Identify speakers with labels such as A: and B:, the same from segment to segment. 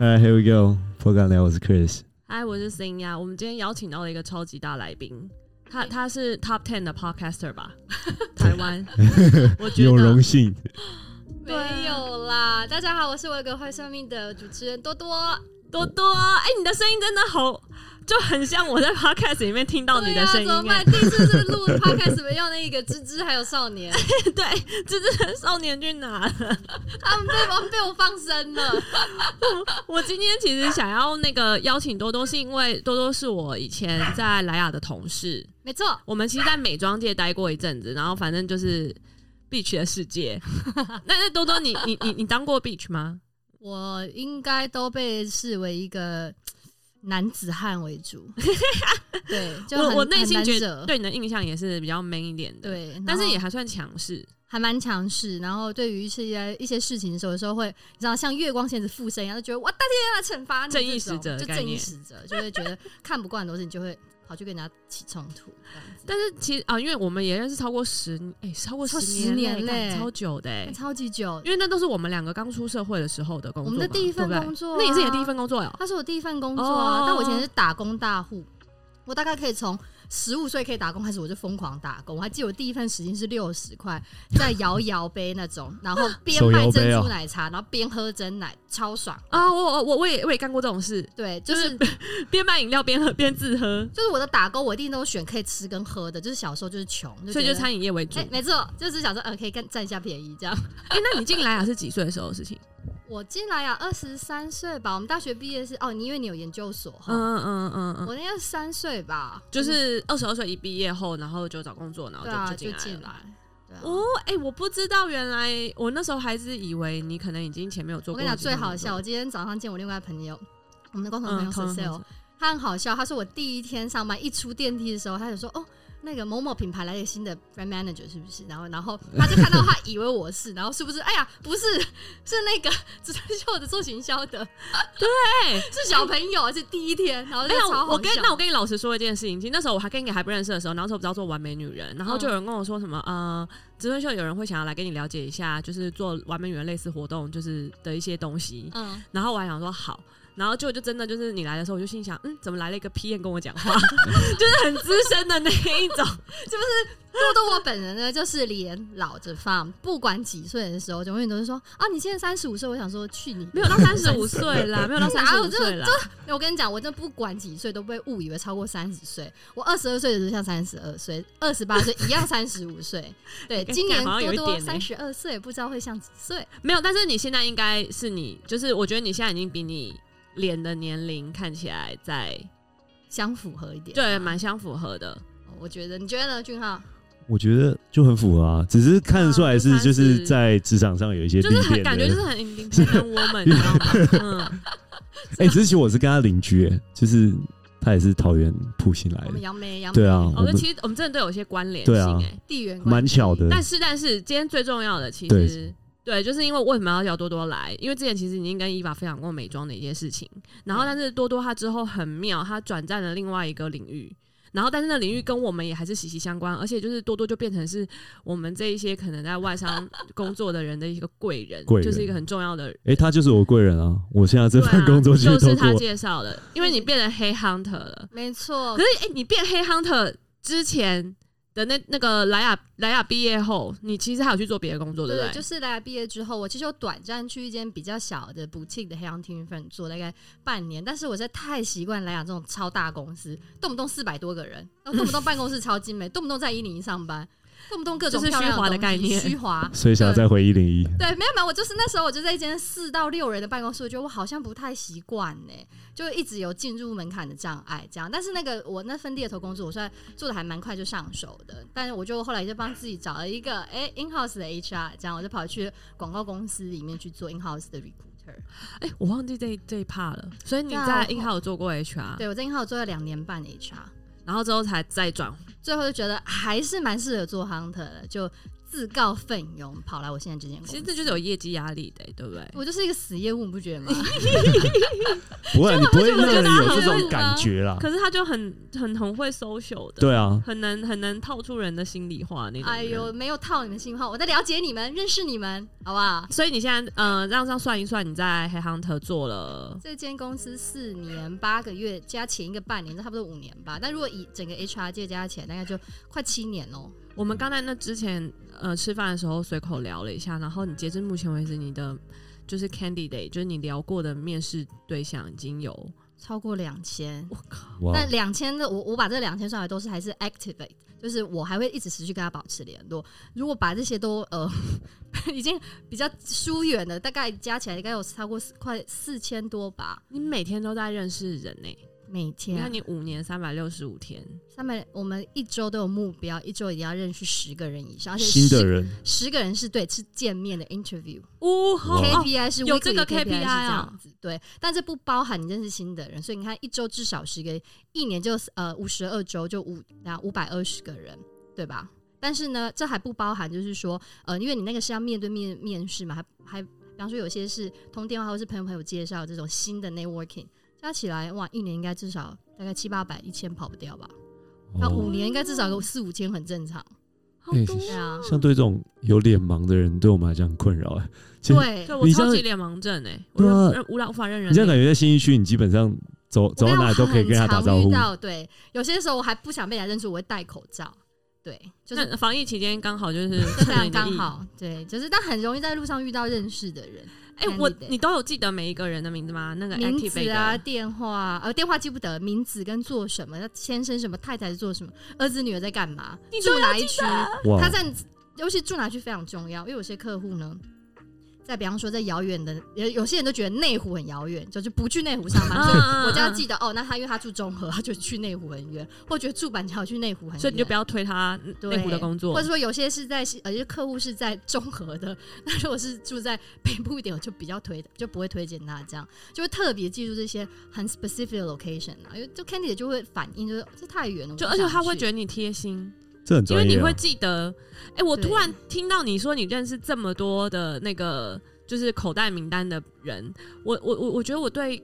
A: Alright, here we go. 破干聊，我是 Chris。
B: 嗨，我是新亚。我们今天邀请到了一个超级大来宾，他
C: 哎
B: 他是 Top Ten 的 Podcaster 吧？台湾， 我觉
A: 有荣
B: 得
A: 幸，
B: 对啊
C: 没有啦，大家好，我是我有个坏算命的主持人多多。
B: 多多，哎、你的声音真的好，就很像我在 Podcast 里面听到你
C: 对
B: 的
C: 啊，
B: 声
C: 怎
B: 音、
C: 么
B: 哎
C: 办？第一次是录 podcast 没用那个芝芝还有少 年，
B: 欸对，这是少年去哪了？
C: 他们被我被我放生了。
B: 我今天其实想要那个邀请多多，是因为多多是我以前在莱雅的同事，
C: 没错，
B: 我们其实，在美妆界待过一阵子，然后反正就是 Beach 的世界。 那那多多，你你你你当过 Beach 吗？
C: 我应该都被视为一个男子汉 为主。对，就
B: 我
C: 很
B: 我内心
C: 很难
B: 觉
C: 惹
B: 得对你的印象也是比较 man 一点的，
C: 对，
B: 但是也
C: 还
B: 还算强势。
C: 还蛮强势。然后对于一些一些事情的时候，有时候会你知道像月光仙子附身一样，就觉得我大天要来惩罚你这
B: 正
C: 种，
B: 义使者的
C: 就
B: 概
C: 正义
B: 念
C: 使者，就会觉得看不惯的东西，你就会跑去跟人家起冲突这样子。
B: 但是其实啊，因为我们也认识超过十，哎、超过
C: 超
B: 十
C: 十
B: 嘞，
C: 年嘞
B: 干超久的、欸，
C: 超级久
B: 因。为那都是我们两个刚出社会的时候的工作
C: 我
B: 嘛，
C: 们的第一份
B: 对不对
C: 工作啊
B: 那也是你的第一份工作哦哟、
C: 他是我第一份工作啊，
B: 哦
C: 但我以前是打工大户，我大概可以从十五岁可以打工开始，我就疯狂打工。我还记得我第一份时薪是六十块，在摇摇杯那种，然后边
A: 手
C: 卖
A: 摇杯
C: 珍
A: 哦
C: 珠奶茶，然后边喝真奶，超爽。
B: 啊，我我我我也我也干过这种事，
C: 对，就
B: 就是是边卖饮料边喝边自喝，
C: 就是我的打工，我一定都选可以吃跟喝的，就是小时候就是穷，
B: 所以就
C: 觉得
B: 餐饮业为主。
C: 哎、
B: 哎、
C: 没错，就是想说呃可以跟占一下便宜这样。
B: 那你进莱雅是几岁的时候的事情？
C: 我进来啊，二十三岁吧，我们大学毕业是哦，你因为你有研究所哈，
B: 嗯嗯嗯嗯，
C: 哦我那个三岁吧，
B: 就是二十二岁一毕业后，然后就找工作，然后
C: 对啊，
B: 就
C: 就
B: 就进
C: 进
B: 来了。
C: 来。对啊
B: 哦，哎、我不知道，原来我那时候还是以为你可能已经前面有做
C: 我
B: 过
C: 跟
B: 几
C: 你
B: 份工作。
C: 讲，最好笑！我今天早上见我另外朋友，我们的共同朋友
B: 嗯，同
C: s
B: 事
C: e l 他很好笑。他说我第一天上班一出电梯的时候，他就说：“哦，那个某某品牌来了新的 brand manager 是不是？”然后，然后他就看到他以为我是，然后是不是？哎呀，不是，是那个只是秀的做行销的，
B: 对，
C: 是小朋友，是第一天，然后
B: 哎没
C: 就
B: 有
C: 超好笑
B: 我跟那我跟你老实说一件事情，其实那时候我还跟你还不认识的时候，然后那时候不知道做完美女人，然后
C: 嗯
B: 就有人跟我说什么、呃，职人秀有人会想要来跟你了解一下，就是做完美女人类似活动就是的一些东西，
C: 嗯，
B: 然后我还想说好。然后就就真的就是你来的时候，我就心想，嗯，怎么来了一个 P N 跟我讲话， 就是很资深的那一种。
C: 多多我本人呢，就是连老着放，不管几岁的时候，永远都是说：“啊，你现在三十五岁。”我想说，去你
B: 没有到三十五岁啦，没有到三
C: 哪
B: 十
C: 有
B: 五
C: 这个
B: 岁啦。
C: 啊我跟你讲，我真的不管几岁都被误以为超过三十岁。我二十二岁的时候像三十二岁，二十八岁一样三十 五岁。对，
B: 感
C: 今年
B: 好像有
C: 多
B: 一
C: 多
B: 点欸
C: 三十二岁，不知道会像几岁。
B: 没有，但是你现在应该是你，就是我觉得你现在已经比你脸的年龄看起来在
C: 相符合一点，
B: 对蛮相符合的。
C: 我觉得你觉得呢，俊浩？
A: 我觉得就很符合啊，只是看得出来
B: 嗯
A: 是
B: 就
A: 就是
B: 30
A: 在职场上有一些
B: 就是
A: 历
B: 很
A: 练
B: 感觉就是
A: 的。
B: 很 independent woman，你知道 吗？嗯，
A: 哎，只是其实我是跟他邻居，哎，就是他也是桃园埔新来
C: 我
A: 的，
C: 们杨梅，杨梅，
A: 对啊
B: 我
A: 我
B: 们
A: 们
B: 哦其实我们真的都有一些关联性
A: 对啊
B: 哎、
C: 地缘关
A: 蛮
C: 系
A: 巧的。
B: 但是但是，今天最重要的其实
A: 对
B: 对，就是因为为什么要叫多多来？因为之前其实已经跟伊娃分享过美妆的一些事情，然后
A: 嗯
B: 但是多多他之后很妙，他转战了另外一个领域。然后，但是那领域跟我们也还是息息相关，而且就是多多就变成是我们这一些可能在外商工作的人的一个贵人，
A: 贵人
B: 就是一个很重要的人。
A: 哎，他就是我贵人啊！我现在这份工作
B: 对啊、就
A: 都
B: 是他
A: 过，
B: 介绍的，因为你变成黑 hunter 了。
C: 没错
B: 可，是，哎、你变黑 hunter 之前的那那个莱雅莱雅毕业后，你其实还有去做别的工作，对不对？
C: 就是大家毕业之后，我其实有短暂去一间比较小的 boutique 的黑羊厅粉做大概半年，但是我实在太习惯莱雅这种超大公司，动不动四百多个人，然后动不动办公室超精美，动不动在一零一上班，动不动各种
B: 就是
C: 漂亮
B: 虚华的
C: 东西
B: 概念
C: 虚华。
A: 所以想要再回一零一。
C: 对，没有没有，我就是那时候我就在一间四到六人的办公室，我觉得我好像不太习惯呢，就一直有进入门槛的障碍这样。但是那个我那份猎头工作，我算做的还蛮快就上手的，但是我就后来就帮自己找了一个哎、in house 的 HR，这样我就跑去广告公司里面去做 in house 的 recruiter。
B: 哎、我忘记这一这一 part 了。所以你
C: 对啊
B: 在
C: 我
B: in 有做过 HR，
C: 对我在 in house 做了两年半 HR，
B: 然后之后才再转
C: 最后就觉得还是蛮适合做 hunter 的，就。自告奋勇跑来我现在这间公
B: 其实
C: 司。
B: 这就是有业绩压力的、欸对不对？
C: 我就是一个死业务，你不觉得吗？
A: 不会啊，你不会
B: 我觉
A: 让
B: 得
A: 人
B: 他
A: 有
B: 很
A: 这种
B: 认
A: 感
B: 啊
A: 觉啦。
B: 可是他就很很很会 social 的，
A: 对啊，
B: 很能很能套出人的心里话那种。
C: 哎呦，，没有套你们信号，我在了解你们，认识你们，好不好？
B: 所以你现在呃，让这样算一算，你在黑 hunter 做了，
C: 这间公司四年八个月加前一个半年，差不多五年吧。但如果以整个 HR 界加起来，大概就快七年喽。
B: 我们刚才那之前呃吃饭的时候随口聊了一下，然后你截至目前为止，你的就是 candidate，就是你聊过的面试对象已经有，
C: 超过两千，
B: 我靠，
A: 哇，
C: 那两千的我我把这两千算来都是还是 activate，就是我还会一直持续跟他保持联络。如果把这些都呃 已经比较疏远了，大概加起来应该有超过四快四千多吧，
B: 你每天都在认识人欸呢、
C: 每
B: 你看
C: 天
B: 你五年三百六十五天，
C: 三百，我们一周都有目标，一周也要认识十个人以上，而且
A: 新的
C: 十
A: 人
C: 十个人是对是见面的 interview。
B: 哦，
A: 哇
B: 好哦
C: KPI 是
B: 有这个
C: weekly KPI 是
B: KPI
C: 这
B: 啊
C: 样子，对，但这不包含你认识新的人，所以你看一周至少十个，一年就呃五十二周就五啊五百二十个人，对吧？但是呢，这还不包含就是说呃，因为你那个是要面对面面试嘛，还还比方说有些是通电话或是朋友朋友介绍这种新的 networking，加起来哇，一年应该至少大概七八百一千跑不掉吧？那
A: 哦
C: 五年应该至少有四五千，很正常，
B: 好
A: 哎
B: 多
A: 是
C: 对啊。
A: 像对这种有脸盲的人，对我们来讲很困扰哎。 其实
C: 对，
B: 对我啊
A: 你这
B: 超
A: 样
B: 级脸盲症哎、我
A: 对啊
B: 认无法无法认人
A: 你这样
B: 脸。
A: 感觉在新一区，你基本上走走
C: 我
A: 到
C: 跟
A: 哪里都可以跟他打招
C: 我很常
A: 呼
C: 遇。到对，有些时候我还不想被人家认出，我会戴口罩。对，就是
B: 那防疫期间刚好 就是
C: 就
B: 趁着
C: 这
B: 你
C: 样
B: 的
C: 刚
B: 疫
C: 好。对，就是但很容易在路上遇到认识的人，
B: 哎、我
C: Candidate
B: 你都有记得每一个人的名字吗？那个
C: 名
B: activate
C: 字
B: 的
C: 啊、电话啊呃电话记不得，名字跟做什么，那先生什么，太太是做什么，儿子女儿在干嘛，
B: 你都
C: 住哪一区，
A: 哇，
C: 他在尤其住哪区非常重要，因为有些客户呢。在比方说，在遥远的有有些人都觉得内湖很遥远，就是不去内湖上
B: 嗯
C: 班。所以我就要记得哦，那他因为他住中和，他就去内湖很远，或觉得住板桥去内湖很远，
B: 所以你就不要推他
C: 对
B: 内湖的工作
C: 或者。说有些是在呃，就是客户是在中和的， 那如果是住在北部一点，我就比较推就不会推荐他这样，就会特别记住这些很 specific 的 location 啊，因为就 Candy 就会反应就是哦这太远了，
B: 就而且他会觉
C: 得
B: 得你贴心，
A: 这很
B: 因为
A: 专
B: 你
A: 业
B: 会
A: 啊。
B: 记得。哎、我
C: 对
B: 突然听到你说你认识这么多的那个就是口袋名单的人，我我我我觉得我对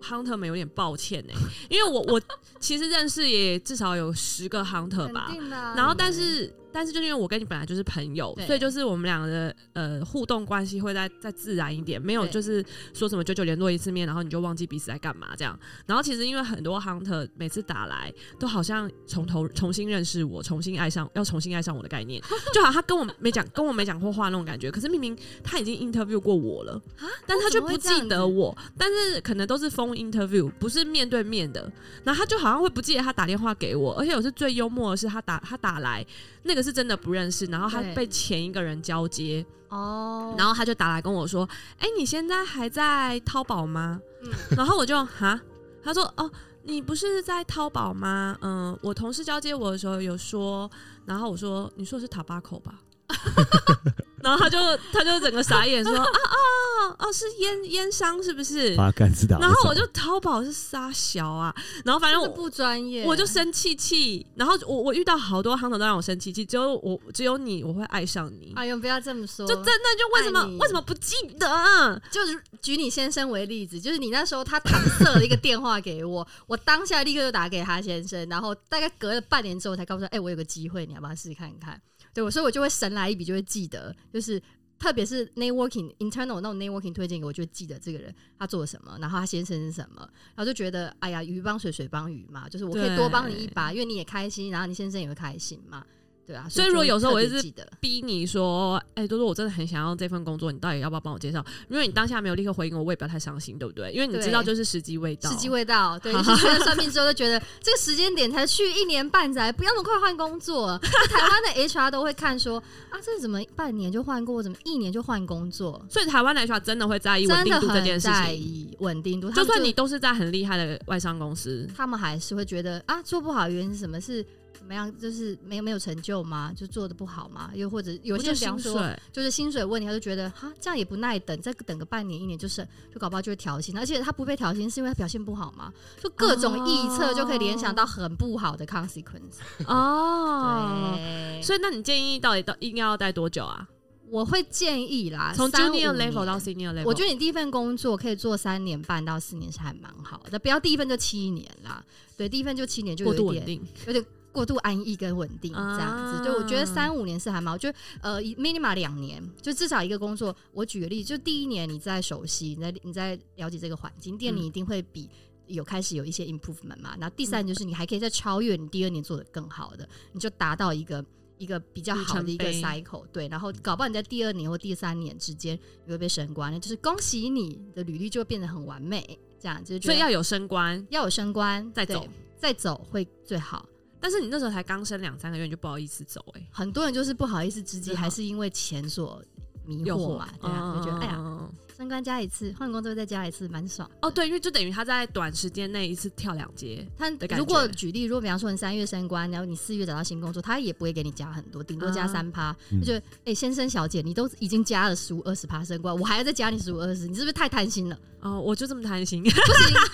B: hunter 们有点抱歉哎、因为我我其实认识也至少有十个 hunter 吧，然后，但是但是，就是因为我跟你本来就是朋友，
C: 啊对
B: 所以就是我们两个的呃互动关系会再再自然一点，没有
C: 对
B: 就是说什么久久联络一次面，然后你就忘记彼此在干嘛这样。然后其实因为很多 hunter 每次打来，都好像从头重新认识我，重新爱上要重新爱上我的概念，就好像他跟我没讲跟我没讲过话那种感觉。可是明明他已经 interview 过我了，
C: 啊
B: 但他却不记得我，但是可能都是 phone interview，不是面对面的。然后他就好像会不记得他打电话给我，而且我是最幽默的是他打他打来，那个是真的不认识，然后他
C: 对
B: 被前一个人交接，
C: 哦，
B: 然后他就打来跟我说：“哎、你现在还在淘宝吗？”
C: 嗯
B: 然后我就哈，他说：“哦，你不是在淘宝吗？嗯，我同事交接我的时候有说，然后我说你说的是塔巴口吧？” 然后他就他就整个傻眼说：“啊啊哦，是烟烟商是不是？”
A: 把杆子打得
B: 然
A: 上。
B: 后我就淘宝是傻小啊，然后反正
C: 真的
B: 我
C: 不专业，
B: 我就生气气，然后我我遇到好多行头都让我生气气，只有我只有你我会爱上你，
C: 哎呦，不要这么说，
B: 就真的就为什
C: 爱
B: 么
C: 你
B: 为什么不记得？
C: 就是举你先生为例子，就是你那时候他搪塞了一个电话给我， 我当下立刻就打给他先生，然后大概隔了半年之后才告诉他，哎、我有个机会，你要不要试试看看？对我，所以我就会神来一笔，就会记得，就是特别是 networking internal 那种 networking 推荐给我，就会记得这个人他做了什么，然后他先生是什么，然后就觉得哎呀，鱼帮水，水帮鱼嘛，就是我可以
B: 对
C: 多帮你一把，因为你也开心，然后你先生也会开心嘛，对啊。
B: 所以如果
C: 就会
B: 有时候我
C: 特别
B: 一直
C: 记得，
B: 逼你说，哎、多多，我真的很想要这份工作，你到底要不要帮我介绍？因为你当下没有立刻回应我，我也不要太伤心，对不对？因为你
C: 对
B: 知道就是时机未到，
C: 时机未到， 对，就是学了算命之后就觉得这个时间点才去一年半载，不要那么快换工 作。台湾的 HR 都会看说啊，这怎么半年就换过，怎么一年就换工作，
B: 所以台湾来说真的会在意稳
C: 真
B: 定
C: 的
B: 度这
C: 很
B: 件事
C: 在
B: 情。
C: 意稳定度。他
B: 就
C: 们
B: 算你都是在很厉害的外商公司，
C: 他们还是会觉得啊，做不好原因是什么？是怎么样，就是没有没有成就吗？就做的不好吗？又或者有
B: 我
C: 些
B: 就
C: 比方
B: 薪
C: 说，
B: 水，
C: 就是薪水问题，他就觉得哈这样也不耐等，再等个半年一年，就是就搞不好就会调薪，而且他不被调薪是因为他表现不好嘛，就各种臆测就可以联想到很不好的 consequence。
B: 哦。
C: 对，
B: 所以，那你建议到底到应该要待多久啊？
C: 我会建议啦，
B: 从
C: 三
B: junior
C: 五年
B: level 到 senior level，
C: 我觉得你第一份工作可以做三年半到四年是还蛮好的，不要第一份就七年啦。对，第一份就七年就
B: 过度
C: 有一
B: 稳
C: 点
B: 定。
C: 有点过度安逸跟稳定这样子。
B: 啊
C: 对，我觉得三五年是还蛮好，就呃以 minima 两年，就至少一个工作。我举个例子，就第一年你在熟悉，你在你在了解这个环境，第二年
B: 嗯
C: 一定会比。有开始有一些 improvement 嘛，然后第三就是你还可以再超越你第二年做的更好的，你就达到一个一个比较好的一个
B: 里程嗯
C: cycle，对，然后搞不好你在第二年或第三年之间你会被升官，那就是恭喜你的履历就会变得很完美，这样就是觉
B: 所
C: 得
B: 以要有升官。
C: 要有升官
B: 再
C: 对
B: 走
C: 再走会最好，
B: 但是你那时候才刚升两三个月，你就不好意思走哎、
C: 很多人就是不好意思之
B: 是
C: 际，
B: 吗
C: 还是因为钱所迷
B: 诱嗯
C: 惑嘛，对啊，就觉得哎呀，
B: 呀，
C: 升官加一次，换工作再加一次，蛮爽。
B: 哦对，因为就等于他在短时间内一次跳两阶，
C: 他
B: 的感
C: 如果
B: 觉
C: 举例，如果比方说你三月升官，然后你四月找到新工作，他也不会给你加很多，顶多
B: 啊
C: 加三趴。
A: 嗯
C: 就觉得哎、先生小姐，你都已经加了十五二十趴升官，我还要再加你十五二十，你是不是太贪心了？
B: 哦，我就这么贪心，
C: 不行，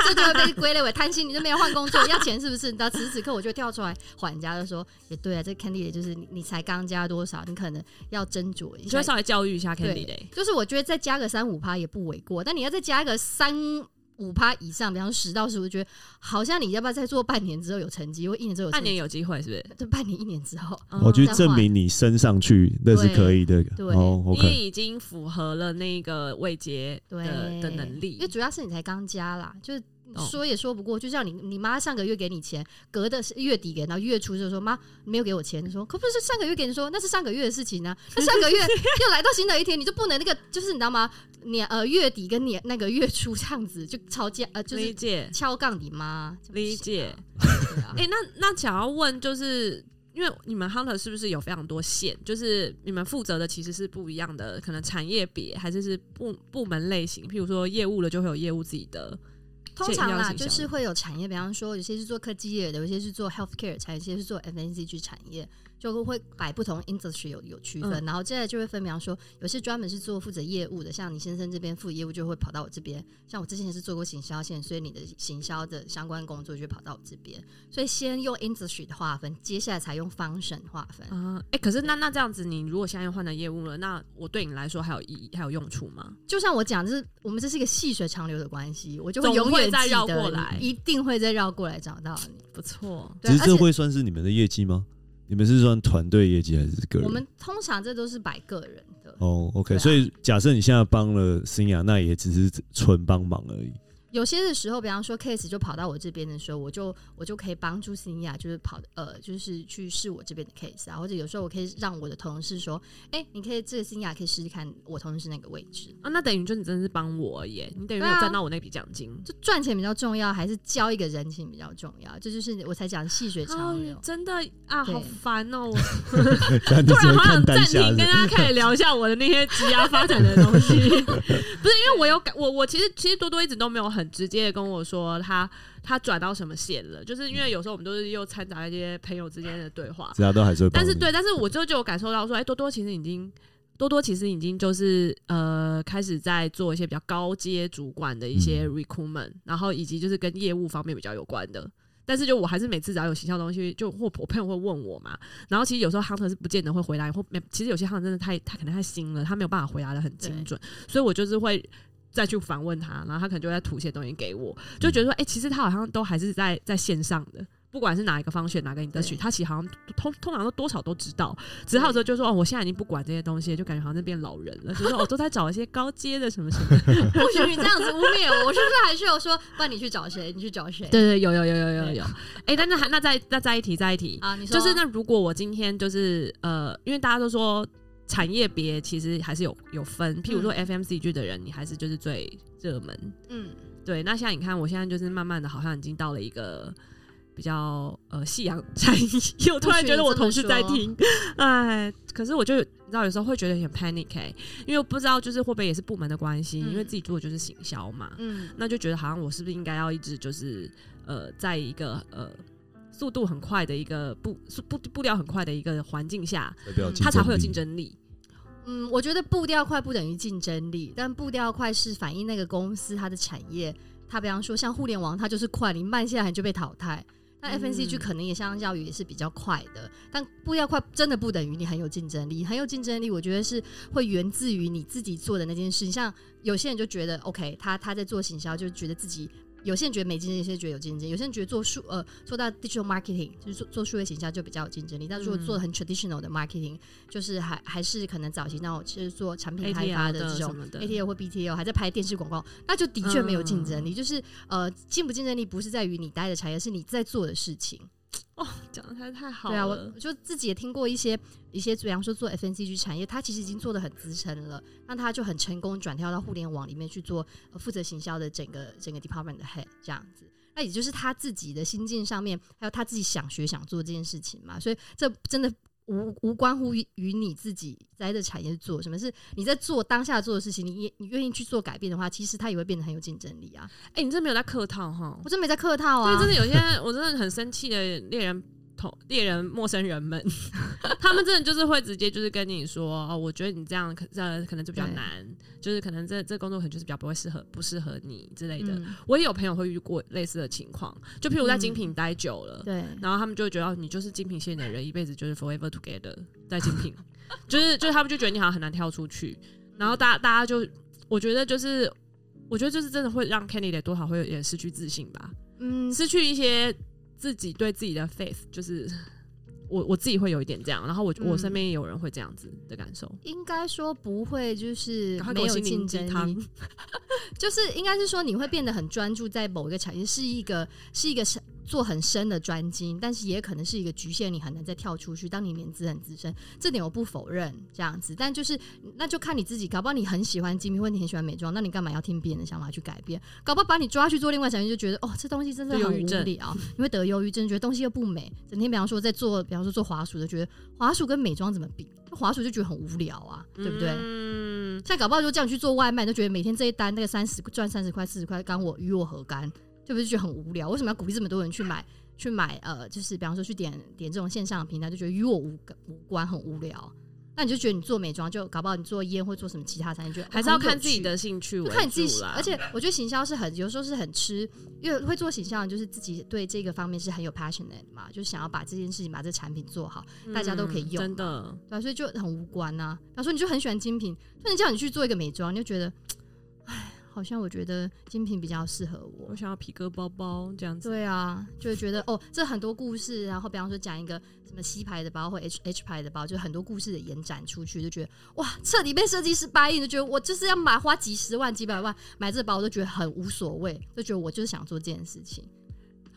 C: 这就会被归类为贪心。你就没有换工作，要钱是不是？到此时此刻，我就跳出来还人家，就说也对啊，这 Candy 就是你，你才刚加多少，你可能要斟酌一
B: 你就
C: 下
B: 会。稍微教育一下 Candy
C: 对
B: 嘞。
C: 就是我觉得再加个三五趴也不为过，但你要再加一个三五趴以上，比方说十到十五，我觉得好像你要不要再做半年之后有成绩，或一年之后有
B: 半
C: 成
B: 年嗯
C: 绩，
B: 有机会是不是？
C: 对，半年一年之后，
A: 我去
C: 再换
A: 证明你升上去那是可以的。
C: 对
A: 哦
B: 因为
A: ，OK，
B: 已经符合了那个位阶的
C: 对
B: 的能力
C: 因为，主要是你才刚加啦，就是
B: 懂
C: 说也说不过，就像你你妈上个月给你钱，隔的是月底给，然后月初就说妈你没有给我钱，你说可不是上个月给你说那是上个月的事 情啊，那上个月又来到新的一天，你就不能那个就是你知道吗？年呃月底跟年那个月初这样子就吵架呃就
B: 理
C: 是
B: 解
C: 敲杠你妈，这不
B: 理
C: 行啊
B: 解。
C: 对 啊
B: 哎、那那想要问，就是因为你们 hunter 是不是有非常多线？就是你们负责的其实是不一样的，可能产业别还是是部部门类型。譬如说业务了，就会有业务自己的
C: 通常
B: 要
C: 啦，
B: 请小
C: 就是
B: 的
C: 会有产业，比方说有些是做科技业的，有些是做 healthcare 产业，有些是做 FNCG 产业，就会摆不同 industry 有有区分。
B: 嗯
C: 然后接下来就会分，比方说有些专门是做负责业务的，像你先生这边负业务就会跑到我这边。像我之前也是做过行销线，所以你的行销的相关工作就会跑到我这边。所以先用 industry 的划分，接下来才用 function 划分。
B: 啊。哎、可是那那这样子，你如果现在又换了业务了，那我对你来说还有意义还有用处吗？
C: 就像我讲，就是我们这是一个细水长流的关系，我就会
B: 总
C: 永
B: 会
C: 远
B: 再
C: 记
B: 绕
C: 得
B: 过
C: 你
B: 来
C: 一定会再绕过来找到你。
B: 不错，
C: 对啊
A: 只是
C: 而
A: 这
C: 且
A: 会算是你们的业绩吗？你们是算团队业绩还是个人？
C: 我们通常这都是摆个人的，
A: 哦，OK，、
C: 对啊
A: 所以假设你现在帮了新雅，那也只是纯帮忙而 已。
C: 有些的时候，比方说 case 就跑到我这边的时候，我就我就可以帮助新雅，就是跑呃，就是去试我这边的 case 啊，或者有时候我可以让我的同事说，哎、你可以这个新雅可以试试看我同事那个位置，
B: 啊，那等于就你真的是帮我而已，你等于没有
C: 对啊
B: 赚到我那笔奖金。
C: 就赚钱比较重要，还是交一个人情比较重要？这就是我才讲细水
B: 啊
C: 长流，。
B: 真的啊，
C: 对
B: 好烦 哦！我
A: 但你
B: 突
A: 只
B: 然
A: 会
B: 好
A: 看
B: 想暂
A: 单
B: 停
A: 下，是，不
B: 啊跟
A: 是
B: 大家开始聊一下我的那些积压发展的东西。不 是因为我有感，我我其实其实多多一直都没有很直接的跟我说他他转到什么线了，就是
A: 嗯
B: 因为有时候我们都是又掺杂一些朋友之间的对话，
A: 其他都还是会帮
B: 但
A: 你。
B: 是对，但是我就就有感受到说，哎、多多其实已经。多多其实已经就是呃开始在做一些比较高阶主管的一些
A: 嗯
B: recruitment，、然后以及就是跟业务方面比较有关的。但是就我还是每次只要有形象东西，就或我朋友会问我嘛，然后其实有时候 hunter 是不见得会回答，或没其实有些 hunter 真的太他可能太新了，他没有办法回答的很精准，所以我就是会再去反问他，然后他可能就会再吐一些东西给我，就觉得说，哎、其实他好像都还是在在线上的。不管是哪一个方选，哪个你的取，
C: 对
B: 他其实好像通通常都多少都知道，只是他有时候就说哦，我现在已经不管这些东西了，就感觉哦好像在变老人了， 就说哦，都在找一些高阶的什么什么。
C: 不许哦你这样子污蔑我，我是不是还是有说， 不然你去找谁？你去找谁？
B: 对对，有有有有有有。哎、但是还那再那再一提再一提，
C: 啊，你说
B: 就是那如果我今天就是呃，因为大家都说产业别其实还是有有分，譬如说 FMCG 的人，你还是就是最热门。
C: 嗯，
B: 对，那像你看，我现在就是慢慢的，好像已经到了一个。比较呃夕阳产业，我突然觉得我同事在听，哎，可是我就有你知道，有时候会觉得很 panic，、欸、因为我不知道就是会不会也是部门的关系，
C: 嗯
B: 因为自己做的就是行销嘛，
C: 嗯
B: 那就觉得好像我是不是应该要一直就是呃，在一个呃速度很快的一个步速步步调很快的一个环境下，
A: 代表
B: 它才会有
A: 力
B: 竞。争力。
C: 嗯，我觉得步调快不等于竞争力，但步调快是反映那个公司它的产业。它比方说像互联网，它就是快，你慢下来你就被淘汰。那
B: 嗯
C: FNCG 可能也相较于也是比较快的，但步调快真的不等于你很有竞争力。很有竞争力，我觉得是会源自于你自己做的那件事。像有些人就觉得 OK，他他在做行销，就觉得自己。有些人觉得没竞争力，有些人觉得有竞争力，有些人觉得做数呃做到 digital marketing 就是做做数位行销就比较有竞争力，但如果
B: 嗯
C: 做得很 traditional 的 marketing，就是还还是可能早期那种就是做产品嗯开
B: ATL
C: 发的
B: 的
C: 这
B: 什
C: 种
B: 么的
C: ATL 或 BTL 还在拍电视广告，那就的确没有竞
B: 嗯
C: 争力。就是呃，竞不竞争力不是在于你待的产业，是你在做的事情。
B: 讲的太太好
C: 对啊，我
B: 了，
C: 就自己也听过一些一些，比方说做 FNCG 产业，他其实已经做的很资深了，那他就很成功转跳到互联网里面去做呃负责行销的整个整个 department 的 head 这样子。那也就是他自己的心境上面，还有他自己想学想做这件事情嘛，所以这真的无无关乎于于你自己在这产业做什么，是你在做当下做的事情，你也你愿意去做改变的话，其实它也会变得很有竞争力啊。
B: 哎、你真没有在客套哈
C: 我？真没在客套
B: 所以
C: 啊，
B: 真的有些我真的很生气的猎人同猎人陌生人 们，他们真的就是会直接就是跟你说哦，我觉得你这样可这可能就比较
C: 对
B: 难，就是可能这这工作可能就是比较不会适合不适合你之类的。
C: 嗯
B: 我也有朋友会遇过类似的情况，就譬如在精品待久了，
C: 对，
B: 然后他们就会觉得哦你就是精品线的人，一辈子就是 forever together 在精品， 就是就是他们就觉得你好像很难跳出去。然后大家大家就，我觉得就是，我觉得就是真的会让 Kenny 多少会有点失去自信吧，
C: 嗯，
B: 失去一些自己对自己的 faith，就是我我自己会有一点这样，然后我、我
C: 嗯
B: 身边也有人会这样子的感受，
C: 应该说不会，就是
B: 赶快给
C: 没
B: 我
C: 有
B: 心灵
C: 竞
B: 鸡
C: 争
B: 汤
C: 力，，就是应该是说你会变得很专注在某一个产业，是一个是一个是做很深的专精，但是也可能是一个局限，你很难再跳出去。当你年资很资深，这点我不否认，这样子，但就是那就看你自己，搞不好你很喜欢精品，或者你很喜欢美妆，那你干嘛要听别人的想法去改变？搞不好把你抓去做另外产业，就觉得哦，这东西真的
B: 得忧
C: 很
B: 郁
C: 无
B: 症
C: 聊，你会得忧郁症，觉得东西又不美，整天比方说在做，比方说做滑鼠的，觉得滑鼠跟美妆怎么比？滑鼠就觉得很无聊啊，对不对？
B: 嗯，
C: 现在搞不好就这样去做外卖，都觉得每天这一单那个三十赚三十块四十块，干我与我何干？对不对？就觉得很无聊。为什么要鼓励这么多人去买去买？呃，就是比方说去点点这种线上的平台，就觉得与我无无关，很无聊。那你就觉得你做美妆，就搞不好你做烟或做什么其他产业，就
B: 还是要看自己的兴趣
C: 就
B: 为
C: 看你自
B: 主
C: 己，
B: 啦，
C: 而且我觉得行销是很有时候是很吃，因为会做行销，就是自己对这个方面是很有 passionate 嘛，就是想要把这件事情、把这产品做好，大家都可以
B: 嗯
C: 用
B: 真的，
C: 对、啊，所以就很无关呐、比方说你就很喜欢精品，突然叫你去做一个美妆，你就觉得，唉，好像我觉得精品比较适合我
B: 我。想要皮革包包这样子，
C: 对啊，就会觉得哦，这很多故事，然后比方说讲一个什么 C 牌的包或 H H 牌的包，就很多故事的延展出去，就觉得哇，彻底被设计师掰硬，就觉得我就是要买花几十万、几百万买这包，我都觉得很无所谓，就觉得我就是想做这件事情。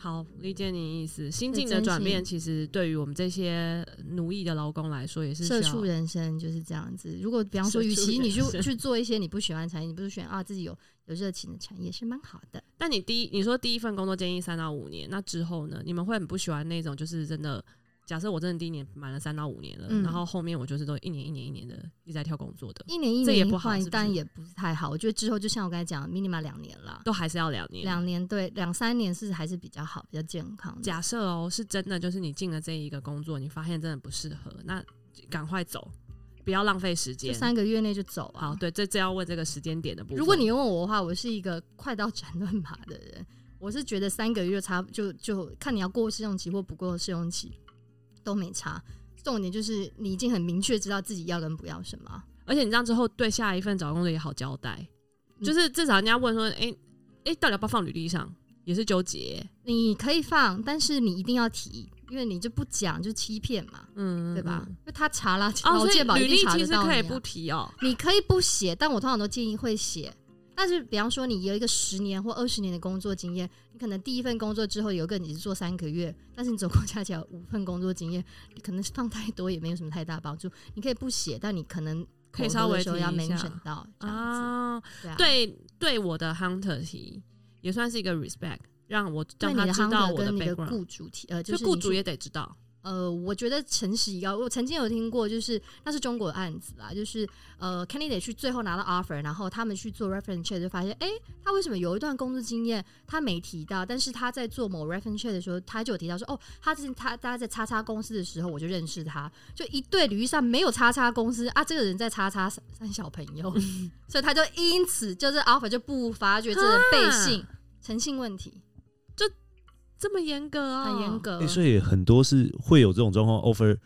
B: 好，理解你意思。心
C: 对
B: 境的
C: 真
B: 转变，
C: 心
B: 其实对于我们这些奴役的劳工来说，也是需
C: 社畜
B: 要。
C: 人生就是这样子。如果比方说，
B: 社畜
C: 与其你去
B: 人生
C: 去做一些你不喜欢的产业，你不如选啊自己有有热情的产业是蛮好的。
B: 但你第一，你说第一份工作建议三到五年，那之后呢？你们会很不喜欢那种，就是真的，假设我真的第一年满了三到五年了，
C: 嗯
B: 然后后面我就是都一年一年一年的一直在跳工作的，
C: 一年一
B: 这也
C: 年
B: 不好
C: 换，
B: 是不
C: 但
B: 是
C: 也不是太好。我觉得之后就像我刚才讲的，minima 两年啦，
B: 都还是要两年。
C: 两年对两三年是还是比较好，比较健康的。
B: 假设哦，是真的，就是你进了这一个工作，你发现真的不适合，那赶快走，不要浪费时
C: 就
B: 间。
C: 三个月内就走
B: 好，
C: 啊。
B: 对，这这要问这个时间点的部分。
C: 如果你问我的话，我是一个快刀斩乱麻的人，我是觉得三个月差不就就看你要过试用期或不过试用期都没差。重点就是你已经很明确知道自己要跟不要什么啊。
B: 而且你这样之后，对下一份找工作也好交代，
C: 嗯
B: 就是至少人家问说，哎、诶哎、到底要不要放履历上，也是纠结，
C: 你可以放，但是你一定要提，因为你就不讲就欺骗嘛，
B: 嗯，
C: 对吧
B: 嗯？？
C: 就他查了，
B: 哦，
C: 劳
B: 所以
C: 健保
B: 履
C: 一定
B: 历
C: 查
B: 其
C: 得
B: 实
C: 到
B: 可以
C: 你啊
B: 不提哦，
C: 你可以不写，但我通常都建议会写。但是，比方说你有一个十年或二十年的工作经验，你可能第一份工作之后有一个你是做三个月，但是你总共加起来有五份工作经验，你可能放太多也没有什么太大帮助。你可以不写，但你可能
B: 可以稍微
C: 口头的时候要
B: 提一下
C: mention 到这样
B: 啊，
C: 子，对啊，
B: 对对，我的 hunter 提也算是一个 respect，让我让
C: 对你
B: 他
C: 的
B: 知道
C: hunter
B: 我
C: 跟你的
B: background，
C: 雇主提，呃，
B: 就是雇
C: 你
B: 主
C: 去
B: 也得知道，
C: 呃，我觉得诚实一个，我曾经有听过，就是那是中国的案子啦，就是呃，candidate 去最后拿到 offer，然后他们去做 reference check，就发现，哎、他为什么有一段工作经验他没提到，但是他在做某 reference check 的时候，他就有提到说，哦，他之前他大家在叉叉公司的时候，我就认识他，就一对履历上没有叉叉公司啊，这个人在叉叉三三小朋友，所以他就因此就是 offer 就不发觉这人背信诚信问题，
B: 这么严格啊、
C: 很严。格。
A: 欸所以很多是会有这种状况，offer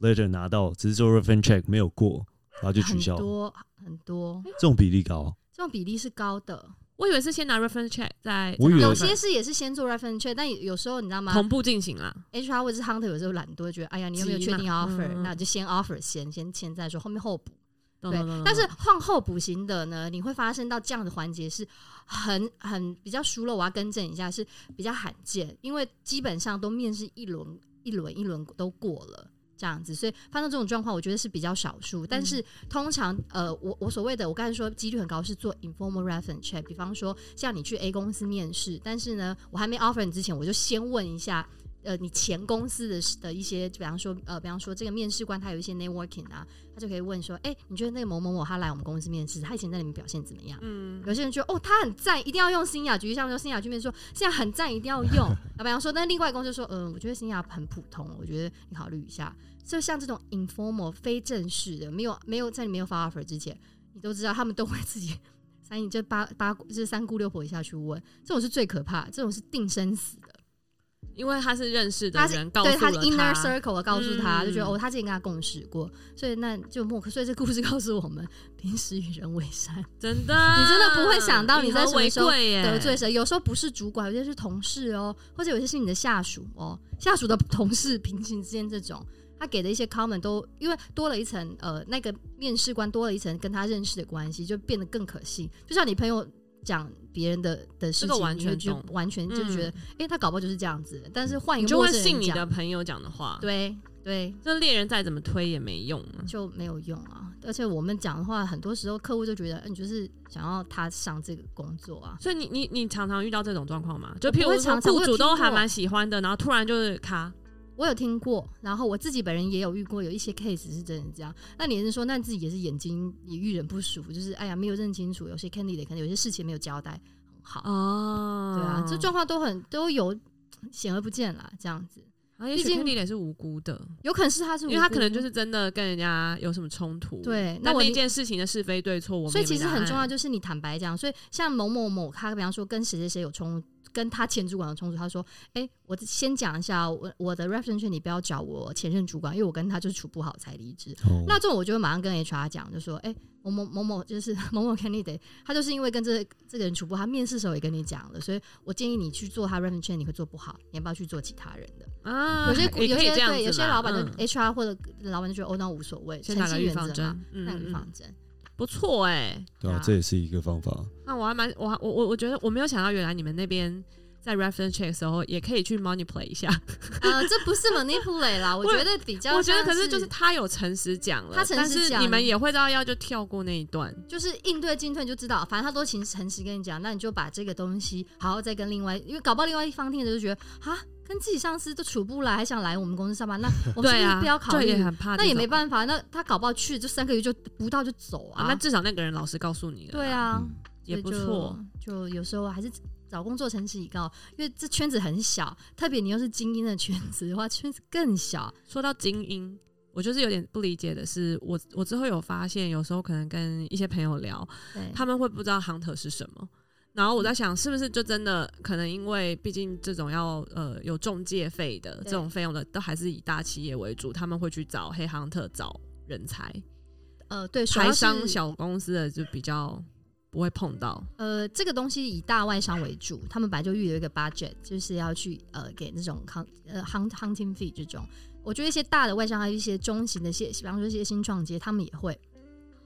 A: letter 拿到，只是做 reference check 没有过，然后就取
C: 很
A: 消，
C: 多很多，
A: 这种比例高。
C: 这种比例是高的。
B: 我以为是先拿 reference check 再
A: 我以为
C: 有些是也是先做 reference check，但有时候你知道吗
B: 同步进行啦。
C: ？HR 或者是 hunter 有时候懒惰，觉得哎呀，你有没有
B: 急
C: 确定
B: 嘛
C: offer？、
B: 嗯嗯嗯
C: 那就先 offer 先，先签再说，后面后补。
B: 懂
C: 对
B: 懂懂，懂
C: 但是
B: 懂
C: 换后补型的呢，你会发生到这样的环节是很很比较熟了，我要更正一下，是比较罕见，因为基本上都面试一轮一轮一轮都过了。这样子，所以发生这种状况，我觉得是比较少数。但是通常，呃，我我所谓的，我刚才说几率很高是做 informal reference check，比方说像你去 A 公司面试，但是呢，我还没 offer 你之前，我就先问一下，呃，你前公司的的一些，比方说，呃，比方说这个面试官他有一些 networking 啊，他就可以问说，哎、你觉得那个某某某他来我们公司面试，他以前在你们表现怎么样？
B: 嗯，
C: 有些人觉得哦，他很赞，一定要用新雅居。像说新雅居面试说现在很赞，一定要用。老板啊娘说，但另外一个公司说，嗯、我觉得新雅很普通，我觉得你考虑一下。就像这种 informal 非正式的，没有没有在你没有发 offer 之前，你都知道他们都会自己三你这八八这三姑六婆一下去问，这种是最可怕，这种是定生死的。
B: 因为他是认识的
C: 他是
B: 人告诉
C: 对
B: 了
C: 他是 inner
B: 他
C: circle 的告诉他，
B: 嗯
C: 就觉得哦，他之前跟他共事过，所以那就默克。所以这故事告诉我们，平时与人为善，
B: 真的，
C: 你真的不会想到你在
B: 以和为
C: 什么时候
B: 贵耶
C: 得罪谁？有时候不是主管，有些是同事哦，或者有些是你的下属哦，下属的同事、平行之间这种，他给的一些 comment 都因为多了一层呃，那个面试官多了一层跟他认识的关系，就变得更可信。就像你朋友讲别人的的事情，
B: 这个完全
C: 你会觉得
B: 懂嗯
C: 完全就觉得，哎、他搞不好就是这样子。但是换一
B: 你
C: 个
B: 就会
C: 陌生人
B: 信你
C: 讲
B: 的，朋友讲的话。，
C: 对对。
B: 这猎人再怎么推也没用啊。
C: 就没有用啊！而且我们讲的话，很多时候客户就觉得，嗯，你就是想要他上这个工作啊，
B: 所以你你你常常遇到这种状况吗？就
C: 不
B: 譬
C: 会
B: 如说
C: 常常我
B: 雇
C: 有
B: 主都
C: 听过
B: 还蛮喜欢的，然后突然就是卡，
C: 我有听过，然后我自己本人也有遇过，有一些 case 是真的这样。那你是说，那自己也是眼睛也遇人不淑，就是哎呀没有认清楚，有些 candidate 可能有些事情没有交代很好，
B: 哦
C: 对啊，这状况都很都有显而不见啦，这样子
B: 啊，也
C: 毕
B: 许
C: 竟
B: Candy 也是无辜的，
C: 有可能是他是
B: 因
C: 无
B: 为他
C: 辜
B: 可能就是真的跟人家有什么冲突。，
C: 对，
B: 那
C: 我
B: 那
C: 理
B: 件事情的是非对错，我们
C: 所以
B: 也
C: 其
B: 没
C: 实
B: 答
C: 很重要，
B: 案。
C: 就是你坦白讲。所以像某某某，他比方说跟谁谁谁有冲突，跟他前主管有冲突，他说：“哎、我先讲一下，我我的 reference 你不要找我前任主管，因为我跟他就是处不好才离职。”
A: 哦，
C: 那这种我就会马上跟 HR 讲，就说，哎、某某某某就是 某某 candidate，他就是因为跟这这个人处不好，他面试时候也跟你讲了，所以我建议你去做他 reference check，你会做不好，你要不要去做其他人的？
B: 啊，
C: 有些
B: 也
C: 有
B: 可以
C: 些
B: 这样
C: 对，有
B: 子
C: 些
B: 嘛
C: 老板的
B: 嗯
C: HR 或者老板就觉得哦，那无所谓，
B: 先
C: 诚
B: 打个
C: 信
B: 预
C: 原
B: 防
C: 则
B: 针
C: 嘛，，
B: 嗯
C: 那个
B: 嗯
C: 预
B: 嗯
C: 防，针。
B: 不错哎。
A: 对啊，这也是一个方法。
B: 那我还蛮我还我我我觉得我没有想到，原来你们那边在 reference check 的时候也可以去 manipulate 一下。
C: 呃，这不是 manipulate 啦，我
B: 我
C: 觉得比较 像，
B: 我觉得可是就是他有诚实讲了，
C: 他诚
B: 但
C: 实
B: 是
C: 讲
B: 你们也会知道要就跳过那一段。
C: 就是应对进退你就知道，反正他都勤诚实跟你讲，那你就把这个东西好好再跟另外，因为搞不好另外一方听着就觉得啊，跟自己上司都处不来，还想来我们公司 上班，那我们是
B: 对
C: 不是
B: 啊，
C: 不要考
B: 对啊
C: 虑？
B: 也很怕这种，
C: 那也没办法，那他搞不好去就三个月就不到就走
B: 啊
C: 啊。
B: 那至少那个人老实告诉你了，
C: 对，啊，
A: 嗯
B: 也不
C: 所以就
B: 错。。
C: 就有时候还是找工作诚实以告，因为这圈子很小，特别你又是精英的圈子的话，圈子更小。
B: 说到精英，我就是有点不理解的是，我我之后有发现，有时候可能跟一些朋友聊，
C: 对，
B: 他们会不知道 hunter 是什么。然后我在想，是不是就真的可能因为毕竟这种要呃有中介费的
C: 对
B: 这种费用的，都还是以大企业为主，他们会去找黑 hunter 找人才，
C: 呃，对，主要
B: 台
C: 是
B: 商小公司的就比较不会碰到。
C: 呃，这个东西以大外商为主，他们本来就预留一个 budget，就是要去呃给那种 hunt 呃 hunt hunting fee 这种。我觉得一些大的外商还有一些中型的一些，比方说一些新创街，他们也会，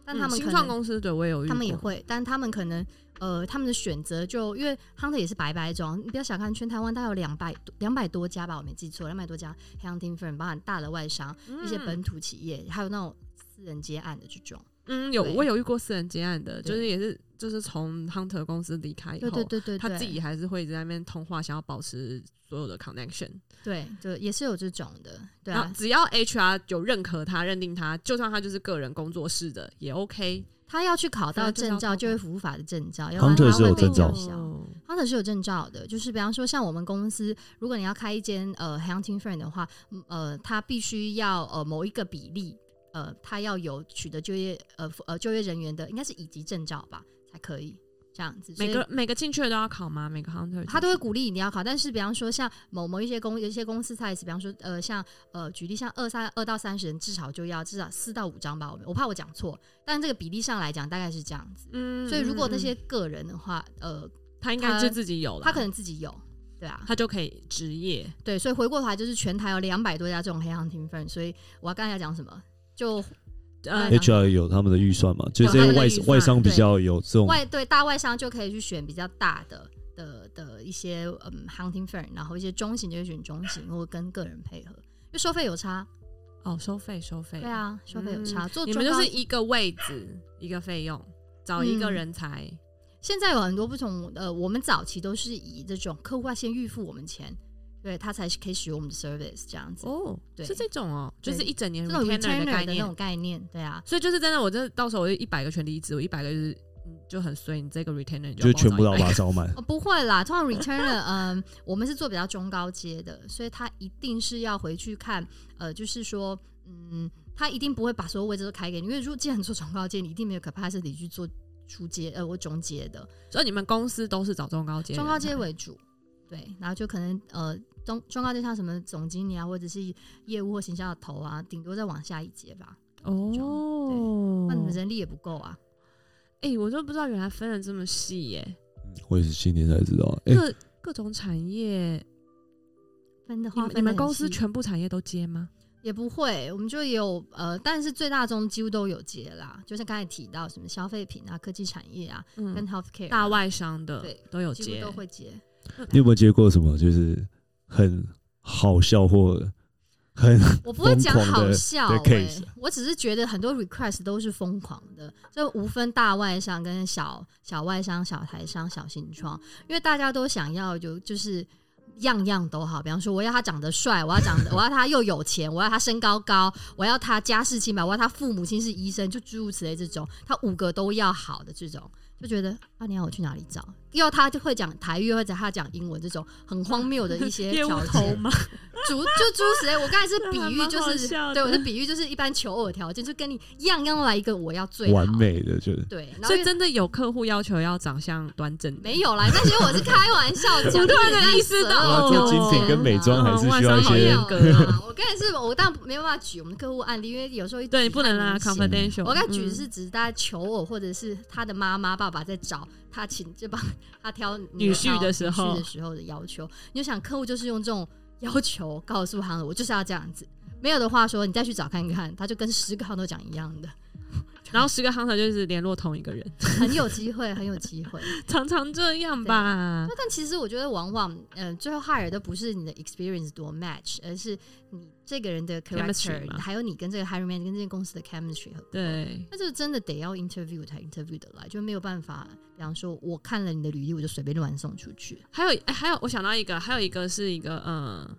C: 但他
B: 嗯
C: 们
B: 新
C: 可
B: 创
C: 能、
B: 公司对我也有遇过，
C: 他们也会，但他们可能呃他们的选择就因为 hunter 也是白白种，你不要小看全台湾大概有两百两百多家吧，我没记错，两百多家 hunting firm，包含大的外商、
B: 嗯
C: 一些本土企业，还有那种私人接案的这种。
B: 嗯有
C: 对
B: 我有遇过私人接案的，
C: 对
B: 就是也是就是从 Hunter 公司离开以后，
C: 对对对对，
B: 他
C: 对
B: 自己还是会一直在那边通话，想要保持所有的 connection。
C: 对，就也是有这种的，对
B: 然
C: 啊
B: 后，只要 HR 有认可他、认定他，就算他就是个人工作室的也 OK。
C: 他要去考到
B: 反正就是要
C: 证照，
B: 考
C: 就业服务法的证照，要不然
A: Hunter
C: 他
A: 是有
C: 会被
A: 证照
C: 吊销。Hunter 是有证照的，就是比方说像我们公司，如果你要开一间呃 hunting firm 的话，嗯呃，它必须要呃某一个比例，呃，它要有取得就业呃呃就业人员的应该是乙级证照吧才可以这样子。所以
B: 每个每个进去的都要考吗？每个 hunter
C: 他都会鼓励你要考，但是比方说像某某一些公有一些公司，它也是比方说呃像呃举例像二三二到三十人至少就要至少四到五张吧，我我怕我讲错，但这个比例上来讲大概是这样子。
B: 嗯
C: 所以如果那些个人的话，呃，
B: 他应该是自己有了，
C: 他可能自己有，对啊，
B: 他就可以职业。
C: 对，所以回过头来就是全台有两百多家这种黑行庭分，所以我要刚才要讲什么？就
B: 呃
C: 对，
A: HR 有他们的预算嘛，就
B: 有
A: 这
B: 他
A: 些
B: 们的
A: 外
B: 预算
A: 外商比
C: 对
A: 较有这种
C: 外对大外商就可以去选比较大的的的一些嗯 hunting firm，然后一些中型就会选中型，或跟个人配合，因为收费有差。
B: 哦，收费收费，
C: 对，啊，收费有差。做
B: 嗯你们
C: 中
B: 就
C: 高
B: 是一个位置一个费用，找一个
C: 嗯
B: 人才。
C: 现在有很多不同，呃，我们早期都是以这种客户要先预付我们钱，对他才可以使用我们的 service 这样子。
B: 哦，
C: 对
B: 是这种哦，就是
C: 对
B: 一整年
C: 这种
B: retainer
C: retainer
B: 的概
C: 的那
B: 念
C: 种。概念，对啊，
B: 所以就是真的，我真的到时候我就一百个全离职，我一百个就是嗯就很衰，你这个 retainer 你
A: 就
B: 要
A: 全部
B: 帮
A: 都要把
B: 我找一
A: 它
B: 百
A: 招满。
C: 哦，不会啦，通常 returner，嗯，我们是做比较中高阶的，所以他一定是要回去看，呃，就是说，嗯，他一定不会把所有位置都开给你，因为如果既然做中高阶，你一定没有 capacity 去做初阶，呃，或中阶的，
B: 个。所以你们公司都是找中高阶人才，
C: 中高阶为主，对，然后就可能呃中中高阶像什么总经理啊，或者是业务或形象的头啊，顶多再往下一阶吧，
B: 哦
C: 那你们人力也不够啊，
B: 哎、我就不知道原来分的这么细耶、
A: 我也是今天才知 道，哎，
B: 各各种产业，
C: 分的
B: 你
C: 话
B: 们
C: 分
B: 你们
C: 得很
B: 公司
C: 细
B: 全部产业都接吗？
C: 也不会，我们就有呃，但是最大宗几乎都有接啦，就像刚才提到什么消费品啊、科技产业啊、跟
B: 嗯，
C: healthcare 啊、
B: 大外商的
C: 对
B: 都有
C: 几乎
B: 接
C: 都，会接。
A: 你有没有接过什么就是很好笑或很
C: 我不会讲
A: 疯狂
C: 好
A: 的
C: 笑、
A: 的
C: 欸
A: case
C: 我只是觉得很多 request 都是疯狂的，就无分大外商跟小小外商、小台商、小新创，因为大家都想要有就是。样样都好，比方说，我要他长得帅，我要长得，我要他又有钱，我要他身高高，我要他家世清白，我要他父母亲是医生，就诸如此类这种，他五个都要好的这种，就觉得啊，你要我去哪里找？又要他就会讲台语，或者他讲英文这种很荒谬的一 些
B: 业务
C: 条
B: 头
C: 件，
B: 吗？
C: 主就诸如此类。我刚才是比 喻，
B: 还蛮好
C: 就是
B: 笑的
C: 对我的比喻就是一般求偶条件，就跟你样样来一个我要最好
A: 完。美的？就是
C: 对，然后
B: 所以
C: 又
B: 真的有客户要求要长相端正的，
C: 没有啦，但其实我是开玩笑讲，
B: 我突然
C: 就
B: 间
C: 是
B: 意识到
C: 舌
B: 哇
C: 头
B: 做精品
A: 跟美妆还是需要一
B: 好
A: 些
B: 严
C: 没
B: 格
C: 有
B: 哦。
C: 啦啊我刚才是我当然没有办法举我们的客户案例，因为有时候一
B: 对，你
C: 举
B: 不能
C: 太
B: 啦
C: 明显
B: ，confidential。
C: 我刚才举的
B: 嗯
C: 是指大家求偶，或者是他的妈妈、爸爸在找他请，就帮他挑
B: 女婿
C: 挑
B: 的时候
C: 女婿的时候的要求。你就想，客户就是用这种要求告诉他的，我就是要这样子。没有的话说，你再去找看看，他就跟十个行都讲一样 的，
B: 然后十个 hunter 就是联络同一个人，
C: 很有机会，很有机会。
B: 常常这样吧。
C: 那但其实我觉得，往往呃，最后 hire 的不是你的 experience 多 match，而是你这个人的
B: Chemistry
C: character，
B: 嘛
C: 还有你跟这个 hiring man 跟这个公司的 chemistry 合不合
B: 对，
C: 那就真的得要 interview 才 interview 得来，就没有办法。比方说，我看了你的履历，我就随便乱送出去。
B: 还有、哎还有，我想到一个，还有一个是一个嗯，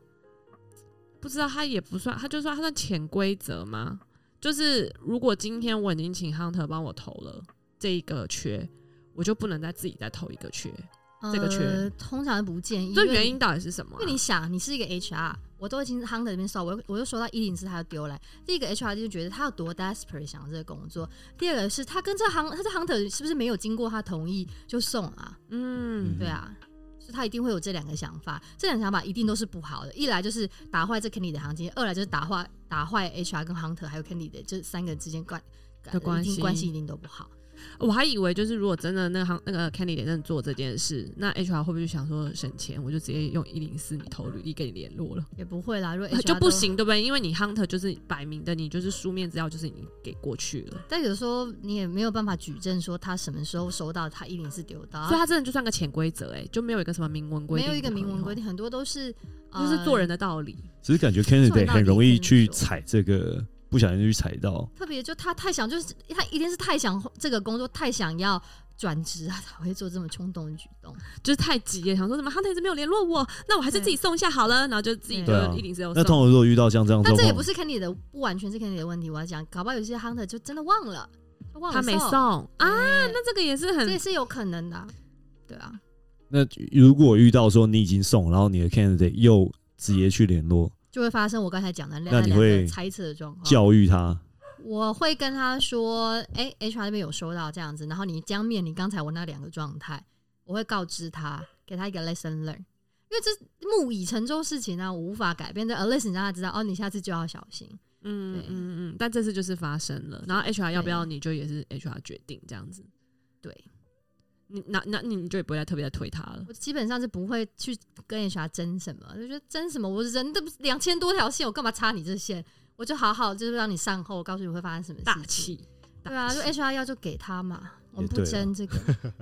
B: 不知道他也不算，他就算他算潜规则吗？就是如果今天我已经请 hunter 帮我投了这一个缺，我就不能再自己再投一个缺。这个缺
C: 呃、通常不建议，
B: 这
C: 因为
B: 原
C: 你
B: 因到底是什么啊、
C: 因为你想，你是一个 HR，我都已经 hunter 那边收，我又我又收到一零四，他又丢来。第一个 HR 就觉得他有多 desperate 想要这个工作，第二个是他跟这行，他这 hunter 是不是没有经过他同意就送啊？
B: 嗯，
C: 对啊，所以他一定会有这两个想法，这两个想法一定都是不好的。一来就是打坏这 Kenny 的行情，二来就是打坏打坏 HR 跟 Hunter 还有 Kenny 的这三个人之间关
B: 的关
C: 一
B: 系
C: 定关系一定都不好。
B: 我还以为就是如果真的那个行那个 candidate 真的做这件事，那 HR 会不会就想说省钱，我就直接用一零四你投履历跟你联络了？
C: 也不会啦，如果 HR
B: 就不
C: 都。
B: 行，对不对？因为你 hunter 就是摆明的，你就是书面资料就是你给过去了，
C: 但有时候你也没有办法举证说他什么时候收到，他一定是丢到
B: 所以，他真的就算个潜规则，哎，就没有一个什么明文规
C: 没
B: 定，
C: 有一个明文规，定，很多都是
B: 就
C: 呃
B: 是做人的道理。
A: 只是感觉
C: 这种
A: candidate
C: 道理
A: 很容易
C: 跟你
A: 去
C: 说
A: 踩这个，不小心就去踩到。
C: 特别就他太想，就是他一定是太想这个工作，太想要转职啊才会做这么冲动的举动。
B: 就是太急了，想说什么他那一直没有联络我，那我还是自己送一下好了，然后就自己就
A: 对啊
B: 一定是有
A: 那
B: 送。
A: 通常如果遇到像这样
C: 但
A: 状
C: 这也
A: 况
C: 不，是 Kenny 的，不完全是 Kenny 的问题。我要讲，搞不好有些 hunter 就真的忘了，忘了
B: 他没送
C: 送
B: 啊，
C: 啊，
B: 那这个也是
C: 这也
B: 很
C: 是有可能的啊、对啊。
A: 那如果遇到说你已经送，然后你的 candidate 又直接去联络
C: 就会发生我刚才讲的
A: 那
C: 那
A: 你
C: 两个
A: 会
C: 猜测的状况。
A: 教育他，
C: 我会跟他说：“哎、h r 那边有收到这样子，然后你将面临刚才我那两个状态，我会告知他，给他一个 lesson learn，因为这木已成舟事情啊，我无法改变的。at least 你让他知道，哦，你下次就要小心。
B: 嗯
C: 对
B: 嗯嗯，但这次就是发生了，然后 HR 要不要你就也是 HR 决定这样子，
C: 对
B: 你那那你就也不会再特别再推他了。
C: 我基本上是不会去跟 HR 争什么，就觉得争什么，我人这两千多条线，我干嘛插你这线？我就好好就是让你上后，我告诉你会发生什么
B: 大
C: 事情。
B: 气，
C: 对啊，
B: 大
C: 就
B: 气
C: HR 要就给他嘛，我们
A: 也
C: 不
A: 对啊
C: 争这个，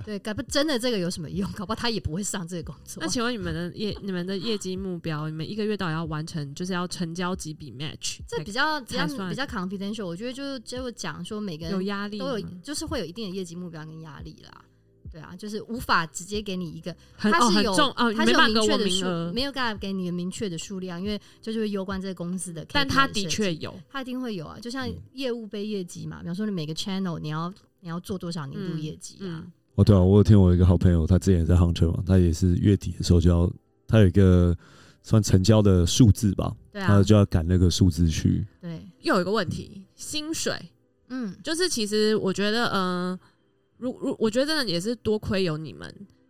C: 对，搞不真的这个有什么用？搞不好他也不会上这个工作
B: 那。请问你们的业、你们的业绩目标，你们一个月到底要完成，就是要成交几笔 match？
C: 这比较比较
B: 才算
C: 比较 confidential，我觉得就是只有讲说每个
B: 有
C: 人
B: 压力吗，
C: 都有，就是会有一定的业绩目标跟压力啦。对啊，就是无法直接给你一个，
B: 很
C: 它
B: 哦
C: 是
B: 很
C: 有
B: 重哦，你没
C: 它是有
B: 办法给
C: 明确
B: 我
C: 的
B: 名
C: 数，
B: 额，
C: 没有办法给你一个明确的数量，因为这就是攸关这个公司的 KPI 的设计。
B: 但他的确有，
C: 它一定会有啊，就像
A: 嗯
C: 业务杯业绩嘛，比方说你每个 channel 你要你要做多少年度
B: 嗯
C: 业绩啊，
B: 嗯，
A: 哦，对啊，我有听我一个好朋友，他之前也在 Hunter 嘛，他也是月底的时候就要，他有一个算成交的数字吧，
C: 对啊
A: 他，呃就要赶那个数字去。
C: 对，
B: 又有一个问题，薪水，
C: 嗯，
B: 就是其实我觉得，嗯、如如我觉得真的也是多亏有你们，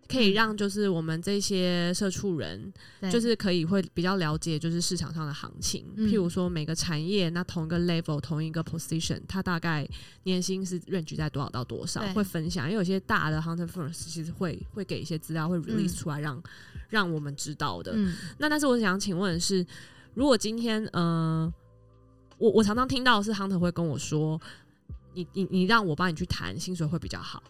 B: 可以让就是我们这些社畜人，
C: 嗯对
B: 就是可以会比较了解就是市场上的行情，
C: 嗯
B: 譬如说每个产业那同一个 level 同一个 position，它大概年薪是 range 在多少到多少
C: 对
B: 会分享，因为有些大的 hunter firms 其实会会给一些资料会 release 出来让、让我们知道的，
C: 嗯
B: 那但是我想请问的是，如果今天，呃，我我常常听到的是 Hunter 会跟我说，你你你让我帮你去谈，薪水会比较好，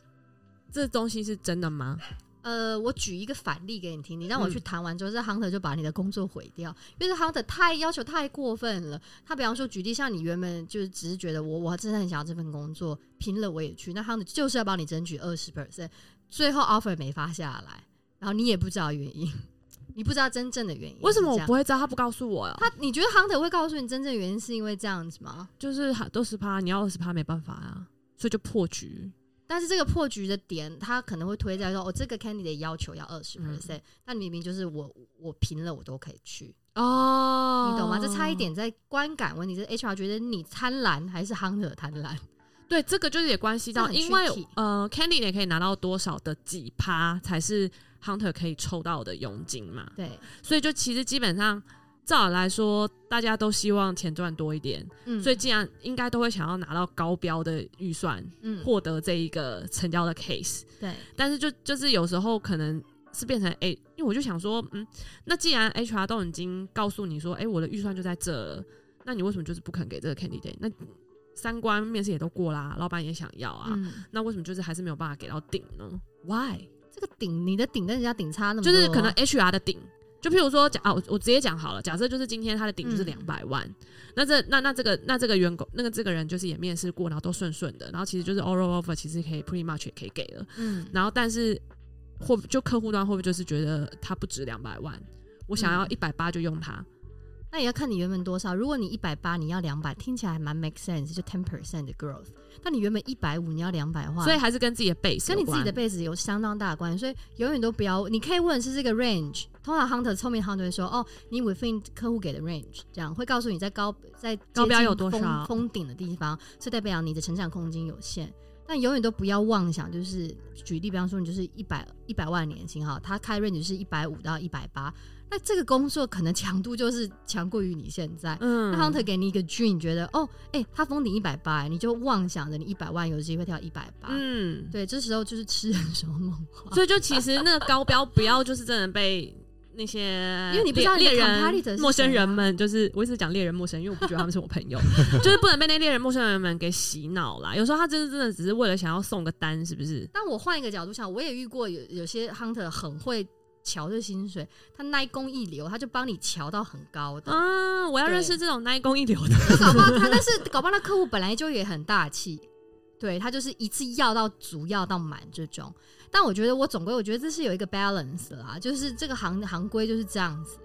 B: 这东西是真的吗？
C: 呃，我举一个反例给你听，你让我去
B: 嗯
C: 谈完之后，这 hunter 就把你的工作毁掉，因为这 hunter 太要求太过分了。他比方说，举例像你原本就是只是觉得我我真的很想要这份工作，拼了我也去，那 hunter 就是要帮你争取二十 percent，最后 offer 没发下来，然后你也不知道原因，你不知道真正的原因。
B: 为什么
C: 是
B: 我
C: 这样
B: 不会知道？他不告诉我呀？啊
C: 他？你觉得 hunter 会告诉你真正原因是因为这样子吗？
B: 就是都十趴，你要二十趴没办法啊，所以就破局。
C: 但是这个破局的点，他可能会推在说，哦，这个 candidate 要求要二十
B: 嗯
C: percent，那明明就是我我拼了我都可以去。
B: 哦
C: 你懂吗？这差一。点在观感问题，就是 HR 觉得你贪婪还是 Hunter 贪 婪？
B: 对，这个就是也关系到，
C: 这很
B: 因为
C: tricky
B: 呃，Candy 也可以拿到多少的几趴才是 Hunter 可以抽到的佣金嘛？
C: 对，
B: 所以就其实基本上，照理来说，大家都希望钱赚多一点，
C: 嗯
B: 所以既然应该都会想要拿到高标的预算，
C: 嗯，
B: 获得这一个成交的 case。
C: 对，
B: 但是就就是有时候可能是变成哎、因为我就想说，嗯，那既然 HR 都已经告诉你说，哎、我的预算就在这了，那你为什么就是不肯给这个 candidate？那三关面试也都过啦，老板也想要啊，
C: 嗯，
B: 那为什么就是还是没有办法给到顶呢？Why？
C: 这个顶你的顶跟人家顶差那么多
B: 就
C: 啊，
B: 是可能 HR 的顶，就譬如说假啊，我我直接讲好了，假设就是今天他的顶就是两
C: 嗯
B: 百万，那这那那这个那这个员工那个这个人就是也面试过，然后都顺顺的，然后其实就是 oral offer 其实可以 pretty much 也可以给了，
C: 嗯，
B: 然后但是或就客户端会不会就是觉得他不值两百万，我想要
C: 嗯
B: 一百八就用他，
C: 那也要看你原本多少。如果你一百八，你要两百，听起来还蛮 make sense，就 ten percent 的 growth。但你原本一百五，你要两百的话，
B: 所以还是跟自己的 base
C: 跟你
B: 有
C: 自己的
B: 关
C: base 有相当大的关系，所以永远都不要。你可以问是这个 range，通常 hunter 聪明 hunter 会说，哦，你 within 客户给的 range，这样会告诉你在高在接近
B: 高标有多
C: 封
B: 少
C: 封顶的地方，所以代表你的成长空间有限。但永远都不要妄想，就是举例，比方说你就是一百一百万年薪哈，他开 range 是一百五到一百八，那这个工作可能强度就是强过于你现在，
B: 嗯
C: 那 Hunter 给你一个 dream，你觉得哦，哎、他封顶一百八，你就妄想着你一百万有机会跳一百八，
B: 嗯，
C: 对，这时候就是痴人说梦话，
B: 所以就其实那个高标不要就是真的被那些猎，
C: 因为你不知道你的
B: 猎
C: competitor 是
B: 人、陌生
C: 谁啊
B: 人们，就是我一直讲猎人陌生人，因为我不觉得他们是我朋友，就是不能被那猎人陌生人们给洗脑啦。有时候他就是真的只是为了想要送个单，是不是？
C: 但我换一个角度想，我也遇过有有些 hunter 很会瞧这薪水，他耐工一流，他就帮你瞧到很高的。
B: 啊，我要
C: 对
B: 认识这种耐工一流的，
C: 搞不好他，但是搞不好那客户本来就也很大气，对他就是一次要到足，要到满这种。但我觉得我总归我觉得这是有一个 balance 的啦，就是这个行行规就是这样子。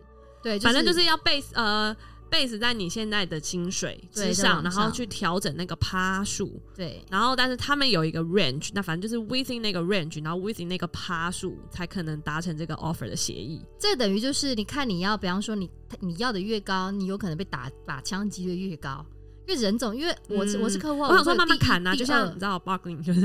C: 对，
B: 反正就是要 base 呃 base 在你现在的薪水之
C: 对在
B: 上，
C: 往
B: 然后
C: 上
B: 去调整那个趴数，
C: 对
B: 然后但是他们有一个 range，那反正就是 within 那个 range，然后 within 那个趴数才可能达成这个 offer 的协议。
C: 这等于就是你看你要，比方说你你要的越高，你有可能被打把枪击率越高。因为人总，因为我是、
B: 嗯
C: 我是客户啊，
B: 我想
C: 会
B: 说
C: 有
B: 慢慢
C: 第一
B: 砍啊，
C: 第
B: 就像
C: 二
B: 你知道 bargaining 就是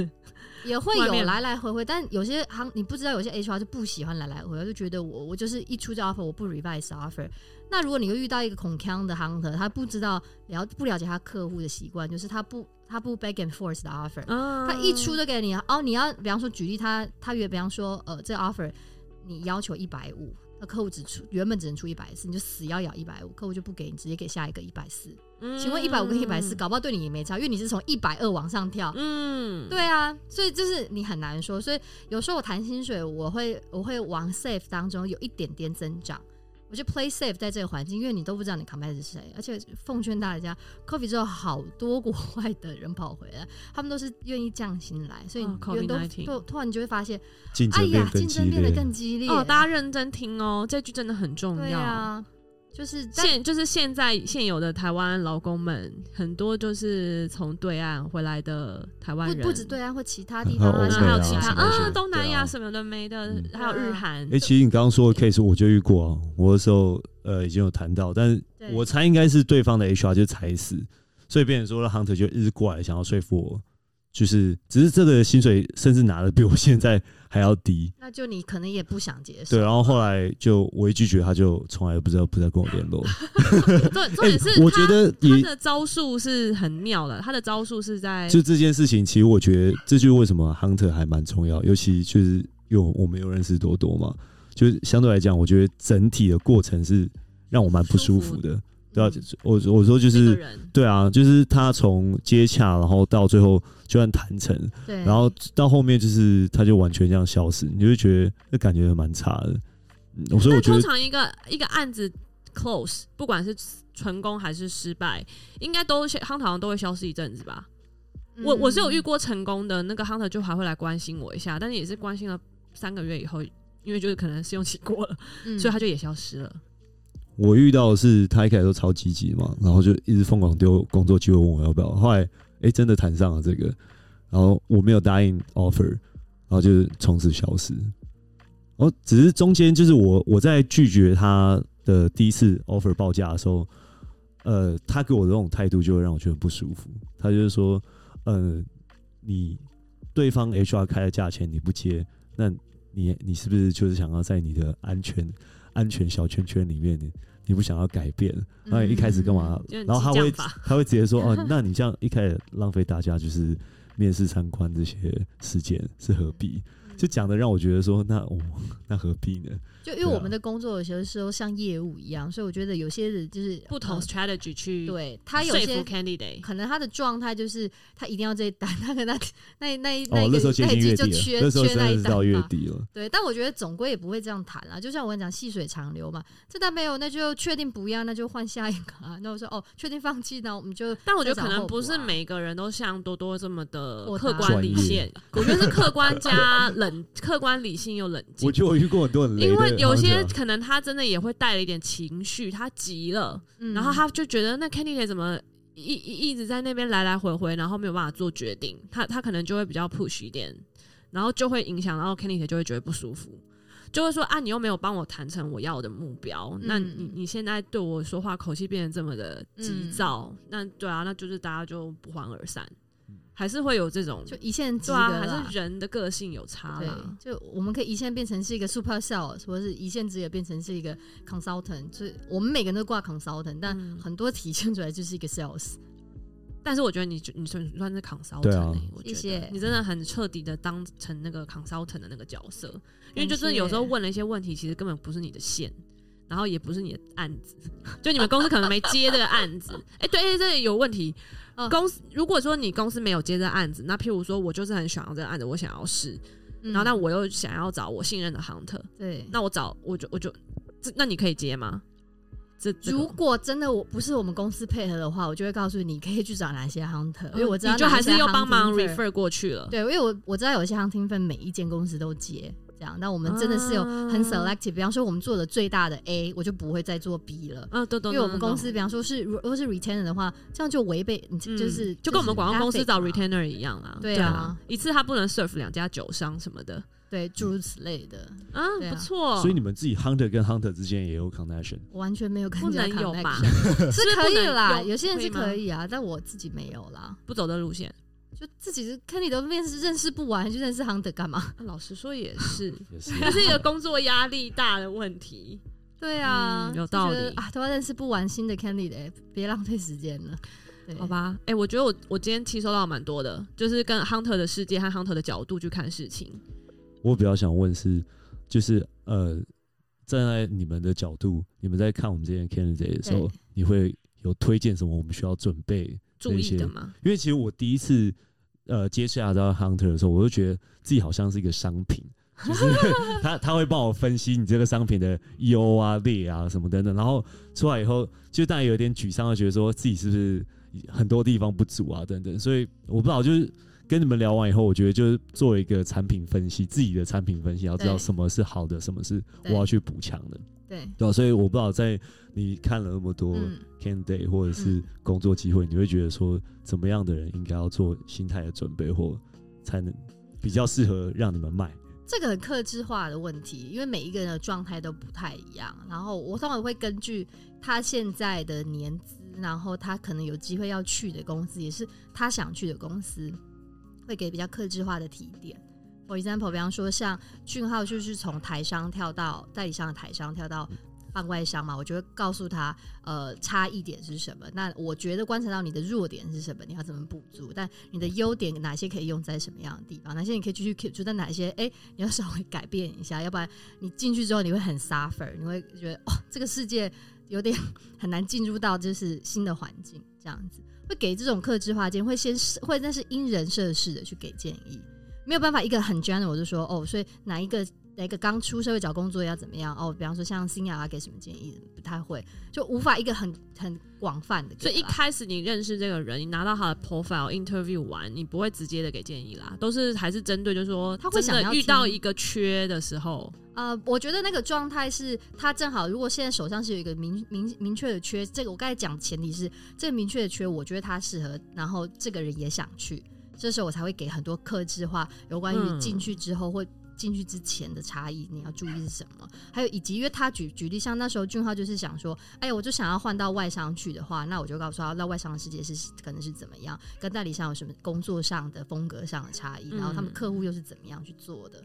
C: 也会
B: 外
C: 有
B: 面
C: 来来回回，但有些行你不知道，有些 HR 就不喜欢来来回回，就觉得我我就是一出这 offer 我不 revise offer。那如果你又遇到一个恐腔的 hunter，他不知道了不了解他客户的习惯，就是他不他不 back and forth 的 offer，、
B: 嗯
C: 他一出就给你哦，你要比方说举例他他原比方说呃这 offer 你要求一百五，那客户只出原本只能出一百四，你就死要咬一百五，客户就不给你，直接给下一个一百四。
B: 嗯
C: 请问一百五跟一百四，，搞不好对你也没差，因为你是从一百二往上跳。
B: 嗯嗯，
C: 对啊，所以就是你很难说，所以有时候我谈薪水，我会我会往 safe 当中有一点点增长。我就 play safe 在这个环境，因为你都不知道你 compare 是谁，而且奉劝大家，coffee 之后好多国外的人跑回来，他们都是愿意降薪来，所以
B: 哦
C: 员工
B: COVID-19
C: 都突然你就会发现，
A: 竞
C: 哎
A: 争变
C: 呀，
A: 更
C: 竞
A: 激
C: 争变得
A: 烈，
C: 更激烈。
B: 哦，大家认真听哦，这句真的很重
C: 对
B: 要。
C: 啊，就是但
B: 现就是现在现有的台湾劳工们，很多就是从对岸回来的台湾
C: 不
B: 人，
C: 不止对岸或其他地
A: 还有
C: 方
A: 欧
C: 啊，
B: 嗯，
A: 美
B: 还有
A: 啊
B: 其他
A: 什么
B: 啊，
A: 的
B: 东南
A: 对
B: 亚
A: 啊
B: 什么的没的
A: 嗯，
B: 还有日韩
A: 哎、，其实你刚刚说的 case 我就遇过、啊，我那时候呃已经有谈到，但是
C: 对
A: 我猜应该是对方的 HR 就踩死，所以变成说了 Hunter 就一直过来想要说服我，就是只是这个薪水甚至拿的比我现在还要低，
C: 那就你可能也不想接受。
A: 对，然啊后后来就我一拒绝他就从来不知道不再跟我联络，
B: 重 重
A: 哎、
B: 点是
A: 我觉得
B: 他他
A: 也
B: 的招数是很妙的，他的招数是在
A: 就这件事情，其实我觉得这就是为什么 Hunter 还蛮重要，尤其就是因为我没有认识多多嘛，就是相对来讲，我觉得整体的过程是让我蛮不舒服的。对啊，就是我我说就
B: 这嗯个
A: 是
B: 人，
A: 对啊，就是他从接洽，然后到最后就算谈成，
C: 对，
A: 然后到后面就是他就完全这样消失，你就会觉得那感觉蛮差的。嗯所以
B: 但
A: 我觉
B: 通
A: 得
B: 常一个一个案子 close，不管是成功还是失败，应该都夯好像都会消失一阵子吧。
C: 嗯
B: 我我是有遇
C: 过。
B: 过成功的，那个 hunter 就还会来关心我一下，但是也是关心了三个月以后，因为就是可能试用期过了，
C: 嗯
B: 所以他就也消失了。
A: 我遇到的是他一开始都超积极嘛，然后就一直疯狂丢工作机会问我要不要，后来哎、诶真的谈上了这个，然后我没有答应 offer，然后就是从此消失。哦，只是中间就是我我在拒绝他的第一次 offer 报价的时候，呃，他给我的这种态度就会让我觉得不舒服。他就是说，呃，你对方 HR 开的价钱你不接，那你你是不是就是想要在你的安全安全小圈圈里面，你你不想要改变？那你一开始干嘛？
B: 嗯
A: 然后他会
B: 就是激将法
A: 他会直接说：“哦，那你这样一开始浪费大家就是面试参观这些时间是何必？”就讲的让我觉得说：“那我、 那何必呢
C: 就因为
A: 对啊
C: 我们的工作有些时候像业务一样，所以我觉得有些人就是
B: 不同
C: 呃
B: strategy 去
C: 对他有
B: 说服
C: 些
B: candidate。
C: 可能他的状态就是他一定要这一单，他可能那那那一？”那
A: 哦
C: 一，
A: 那时候
C: 个
A: 接
C: 那
A: 近
C: 一季
A: 月
C: 就
A: 底了，
C: 缺
A: 那时候
C: 缺
A: 真
C: 那
A: 的
C: 一
A: 是
C: 单
A: 到月
C: 吧。
A: 底了。
C: 对，但我觉得总归也不会这样谈啦。就像我跟你讲，细水长流嘛，这单没有，那就确定不要，那就换下一个啊。那我说哦，确定放弃，那我们就
B: 但我觉得
C: 再
B: 可
C: 找
B: 能
C: 候
B: 不
C: 补
B: 是
C: 啊
B: 每个人都像多多这么的
C: 豁达
B: 客观 理性，我觉得是客观加冷，客观理性又冷静
A: 我。觉得我遇过很多很雷的
B: 因为有些
A: hunter 啊
B: 可能他真的也会带了一点情绪，他急了，
C: 嗯
B: 然后他就觉得那 candidate 怎么一一一直在那边来来回回，然后没有办法做决定，他他可能就会比较 push 一点，然后就会影响到 candidate 就会觉得不舒服，就会说啊，你又没有帮我谈成我要的目标，那
C: 嗯
B: 你你现在对我说话口气变得这么的急
C: 嗯嗯
B: 躁，那对啊，那就是大家就不欢而散，还是会有这种
C: 就一线之
B: 对
C: 隔
B: 啊，
C: 啦。
B: 还是人的个性有差
C: 对
B: 啦，，
C: 就我们可以一线变成是一个 super sales，或者是一线职业变成是一个 consultant，就是我们每个人都挂 consultant，但
B: 嗯
C: 很多体现出来就是一个 sales。
B: 但是我觉得你你算算是 consultant，、欸、
A: 对啊
B: 我觉
C: 谢
B: 得
C: 谢
B: 你真的很彻底的当成那个 consultant 的那个角色，因为
C: 感
B: 就真的有时候
C: 谢
B: 问了一些问题，其实根本不是你的线，然后也不是你的案子，就你们公司可能没接这个案子。哎、对，哎这里有问题。
C: 嗯
B: 公司如果说你公司没有接这个案子，那譬如说我就是很想要这个案子，我想要试，
C: 嗯
B: 然后但我又想要找我信任的 hunter，
C: 对，
B: 那我找我就我就这那你可以接吗？这这个
C: 如果真的我不是我们公司配合的话，我就会告诉你，你可以去找哪些 hunter，因为我知道
B: 嗯你就还是
C: 哪些
B: 又帮忙
C: hunting firm
B: refer 过去了。
C: 对，因为我我知道有些 hunting firm 每一间公司都接这样，但我们真的是有很
B: 啊
C: selective，、比方说我们做了最大的 A，我就不会再做 B 了。
B: 嗯，对对，
C: 因为我们公司，比方说是如果是 retainer 的话，这样就违背，你
B: 嗯
C: 就是、
B: 就跟我们广告公司找
C: ethic 嘛
B: retainer 一样啦。
C: 对啊
B: 啊，一次他不能 serve 两家酒商什么的
C: 对诸如此类的，
B: 啊，
C: 对啊
B: 不错。
A: 所以你们自己 hunter 跟 hunter 之间也有 connection，
C: 我完全没有跟
B: 不能
C: 人家
B: 有吧
C: connection
B: 是
C: 是可
B: 不
C: 以
B: 能
C: 啦，
B: 有
C: 有些人是
B: 会吗
C: 可以啊，但我自己没有啦，
B: 不走的路线，
C: 就自己是看你都面试认识不完，就认识 hunter 干嘛？
B: 啊 老实说也 是，
A: 也是
B: 这是一个工作压力大的问题。
C: 对啊，
B: 嗯有
C: 就觉
B: 道
C: 得
B: 理
C: 啊，都要认识不完新的 candidate，别浪费时间了。对
B: 好，吧，哎、我觉得我我今天吸收到蛮多的，就是跟 hunter 的世界和 hunter 的角度去看事情。
A: 我比较想问是，就是呃，站在你们的角度，你们在看我们这些 candidate 的时候
C: 对，
A: 你会有推荐什么我们需要准备？
B: 注
A: 那
B: 意
A: 些
B: 的嘛，
A: 因为其实我第一次呃接触到 hunter 的时候，我就觉得自己好像是一个商 品，就是 他他会帮我分析你这个商品的优啊、劣啊什么等等，然后出来以后，就当然有点沮丧，会觉得说自己是不是很多地方不足啊等等，所以我不知道就是。跟你们聊完以后，我觉得就是做一个产品分析，自己的产品分析，要知道
C: 对
A: 什么是好的，什么是我
C: 对
A: 要去补强的，
C: 对，
A: 对吧、啊所以我不知道在你看了那么多
C: 嗯，
A: candidate 或者是
C: 嗯
A: 工作机会，你会觉得说怎么样的人应该要做心态的准备，或才能比较适合让你们卖？
C: 这个很克制化的问题，因为每一个人的状态都不太一样。然后我通常会根据他现在的年资，然后他可能有机会要去的公司，也是他想去的公司，会给比较克制化的提点。For example，比方说像俊浩就是从台商跳到代理商的台商跳到半外商嘛，我就会告诉他，呃，差异点是什么。那我觉得观察到你的弱点是什么，你要怎么补足？但你的优点哪些可以用在什么样的地方？哪些你可以继续 keep 住？但哪些哎、你要稍微改变一下，要不然你进去之后你会很 suffer，你会觉得哦，这个世界有点很难进入到就是新的环境这样子。会给这种克制化建议，会先是会但是因人设事的去给建议，没有办法一个很 general 就说哦，所以哪一个哪一个刚出社会找工作要怎么样哦，比方说像新雅给什么建议，不太会，就无法一个很很广泛的给
B: 所
C: 啦。
B: 以一开始你认识这个人，你拿到他的 profile interview 完，你不会直接的给建议啦，都是还是针对就是说，
C: 他会
B: 真
C: 想要
B: 的遇
C: 听
B: 到一个缺的时候，
C: 呃，我觉得那个状态是他正好，如果现在手上是有一个明明明确的缺，这个我刚才讲前提是这个明确的缺，我觉得他适合，然后这个人也想去，这时候我才会给很多克制化有关于
B: 嗯
C: 进去之后或进去之前的差异，你要注意是什么，还有以及因为他举举例，像那时候俊浩就是想说，哎呀，我就想要换到外商去的话，那我就告诉他，那外商的世界是可能是怎么样，跟代理商有什么工作上的风格上的差异，然后他们
B: 嗯
C: 客户又是怎么样去做的。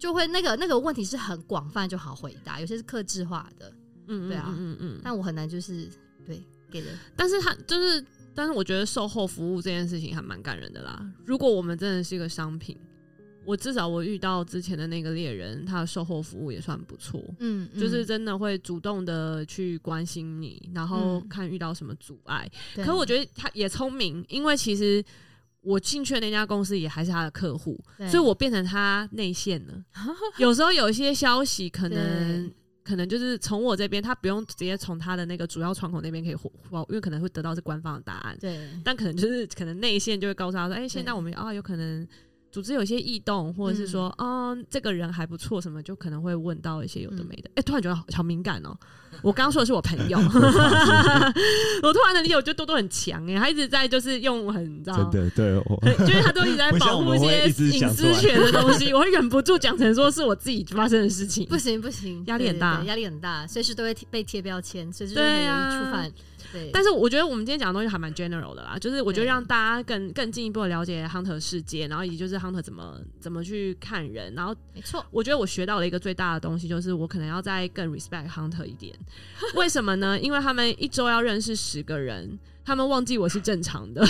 C: 就会那个那个问题是很广泛就好回答，有些是克制化的，
B: 嗯，
C: 对啊
B: 嗯嗯嗯。
C: 但我很难就是对给人
B: 但是他就是，但是我觉得售后服务这件事情还蛮感人的啦。如果我们真的是一个商品，我至少我遇到之前的那个猎人，他的售后服务也算不错。
C: 嗯，
B: 就是真的会主动的去关心你，然后
C: 嗯
B: 看遇到什么阻碍，
C: 对
B: 可我觉得他也聪明，因为其实我进去的那家公司也还是他的客户，
C: 对
B: 所以我变成他内线了。有时候有一些消息可能。可能就是从我这边，他不用直接从他的那个主要窗口那边可以获获，因为可能会得到是官方的答案，
C: 对
B: 但可能就是可能内线就会告诉他说，哎、现在我们啊有可能组织有一些异动，或者是说，哦，这个人还不错，什么就可能会问到一些有的没的。哎、突然觉得好好敏感哦。我刚刚说的是我朋友，我突然能理解，我觉得多多很强哎、他一直在就是用很
C: 哦
B: 你知
A: 真
B: 道。
A: 的，对，哦我
B: 对就是他都一直在
A: 不像
B: 保护
A: 我们会
B: 些
A: 一直
B: 隐
A: 讲出
B: 私
A: 来
B: 权的东西，我 会忍不住讲成说是我自己发生的事情。
C: 不行不行，
B: 压力
C: 对
B: 很
C: 对
B: 大
C: 对压力很大，随时都会贴被贴标签，随时都会
B: 对
C: 有人
B: 啊
C: 触犯，对，
B: 但是我觉得我们今天讲的东西还蛮 general 的啦，就是我觉得
C: 对
B: 让大家更更进一步的了解 hunter 世界，然后以及就是 hunter 怎么怎么去看人，然后
C: 没错，
B: 我觉得我学到了一个最大的东西，就是我可能要再更 respect hunter 一点。为什么呢？因为他们一周要认识十个人，他们忘记我是正常的，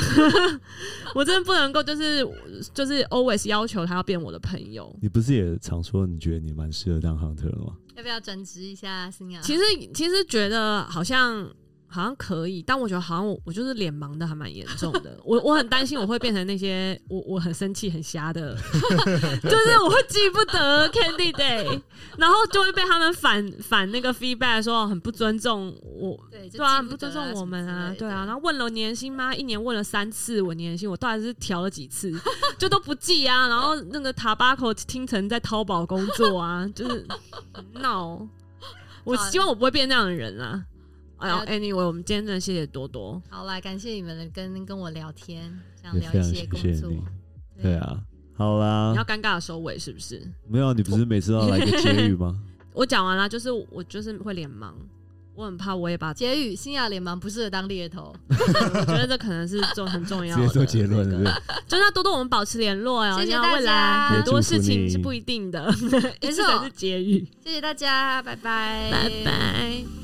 B: 我真的不能够就是就是 always 要求他要变我的朋友。
A: 你不是也常说你觉得你蛮适合当 hunter 的吗？
C: 啊要不要转职一下新雅？
B: 其实其实觉得好像好像可以，但我觉得好像我我就是脸盲的还蛮严重的，我我很担心我会变成那些我我很生气很瞎的， 就是我会记不得 Candy Day，然后就会被他们反反那个 feedback 说哦很不尊重我，
C: 对就
B: 对啊，
C: 记
B: 很
C: 不
B: 不
C: 得
B: 尊
C: 啊
B: 重我们
C: 什
B: 啊
C: 么，之类
B: 对
C: 的
B: 啊，然后问了年薪吗？一年问了三次我年薪，我到底是调了几次， 就都不记啊，然后那个塔巴口听成在淘宝工作啊， 就是闹。我
C: 啊
B: 希望我不会变那样的人啊。哎呦
C: 了
B: ，Anyway，我们今天真的谢谢多多，
C: 好啦，感谢你们跟跟我聊天，这样
A: 也
C: 聊
A: 非
C: 一
A: 常
C: 些
A: 谢
C: 工
A: 谢
C: 作。
A: 你。对啊，好啦
B: 你要，尴尬的收尾是不是？
A: 没有啊，你不是每次要来个结语 吗？
B: 我讲完了，就是我就是会脸盲，我很怕我也把，
C: 结语：新亚联盟不适合当猎头。
B: 我觉得这可能是重很重 要
D: 直接
B: 的。
D: 做结论了，对不对。
B: 就那多多我们保持联络呀，
C: 谢谢
B: 因为
C: 大
B: 未
C: 家
B: 来很多事
D: 祝福你
B: 情 是不一定的，
C: 没
B: 也是
C: 错
B: 才是结语。
C: 谢谢大家，拜拜，
B: 拜拜。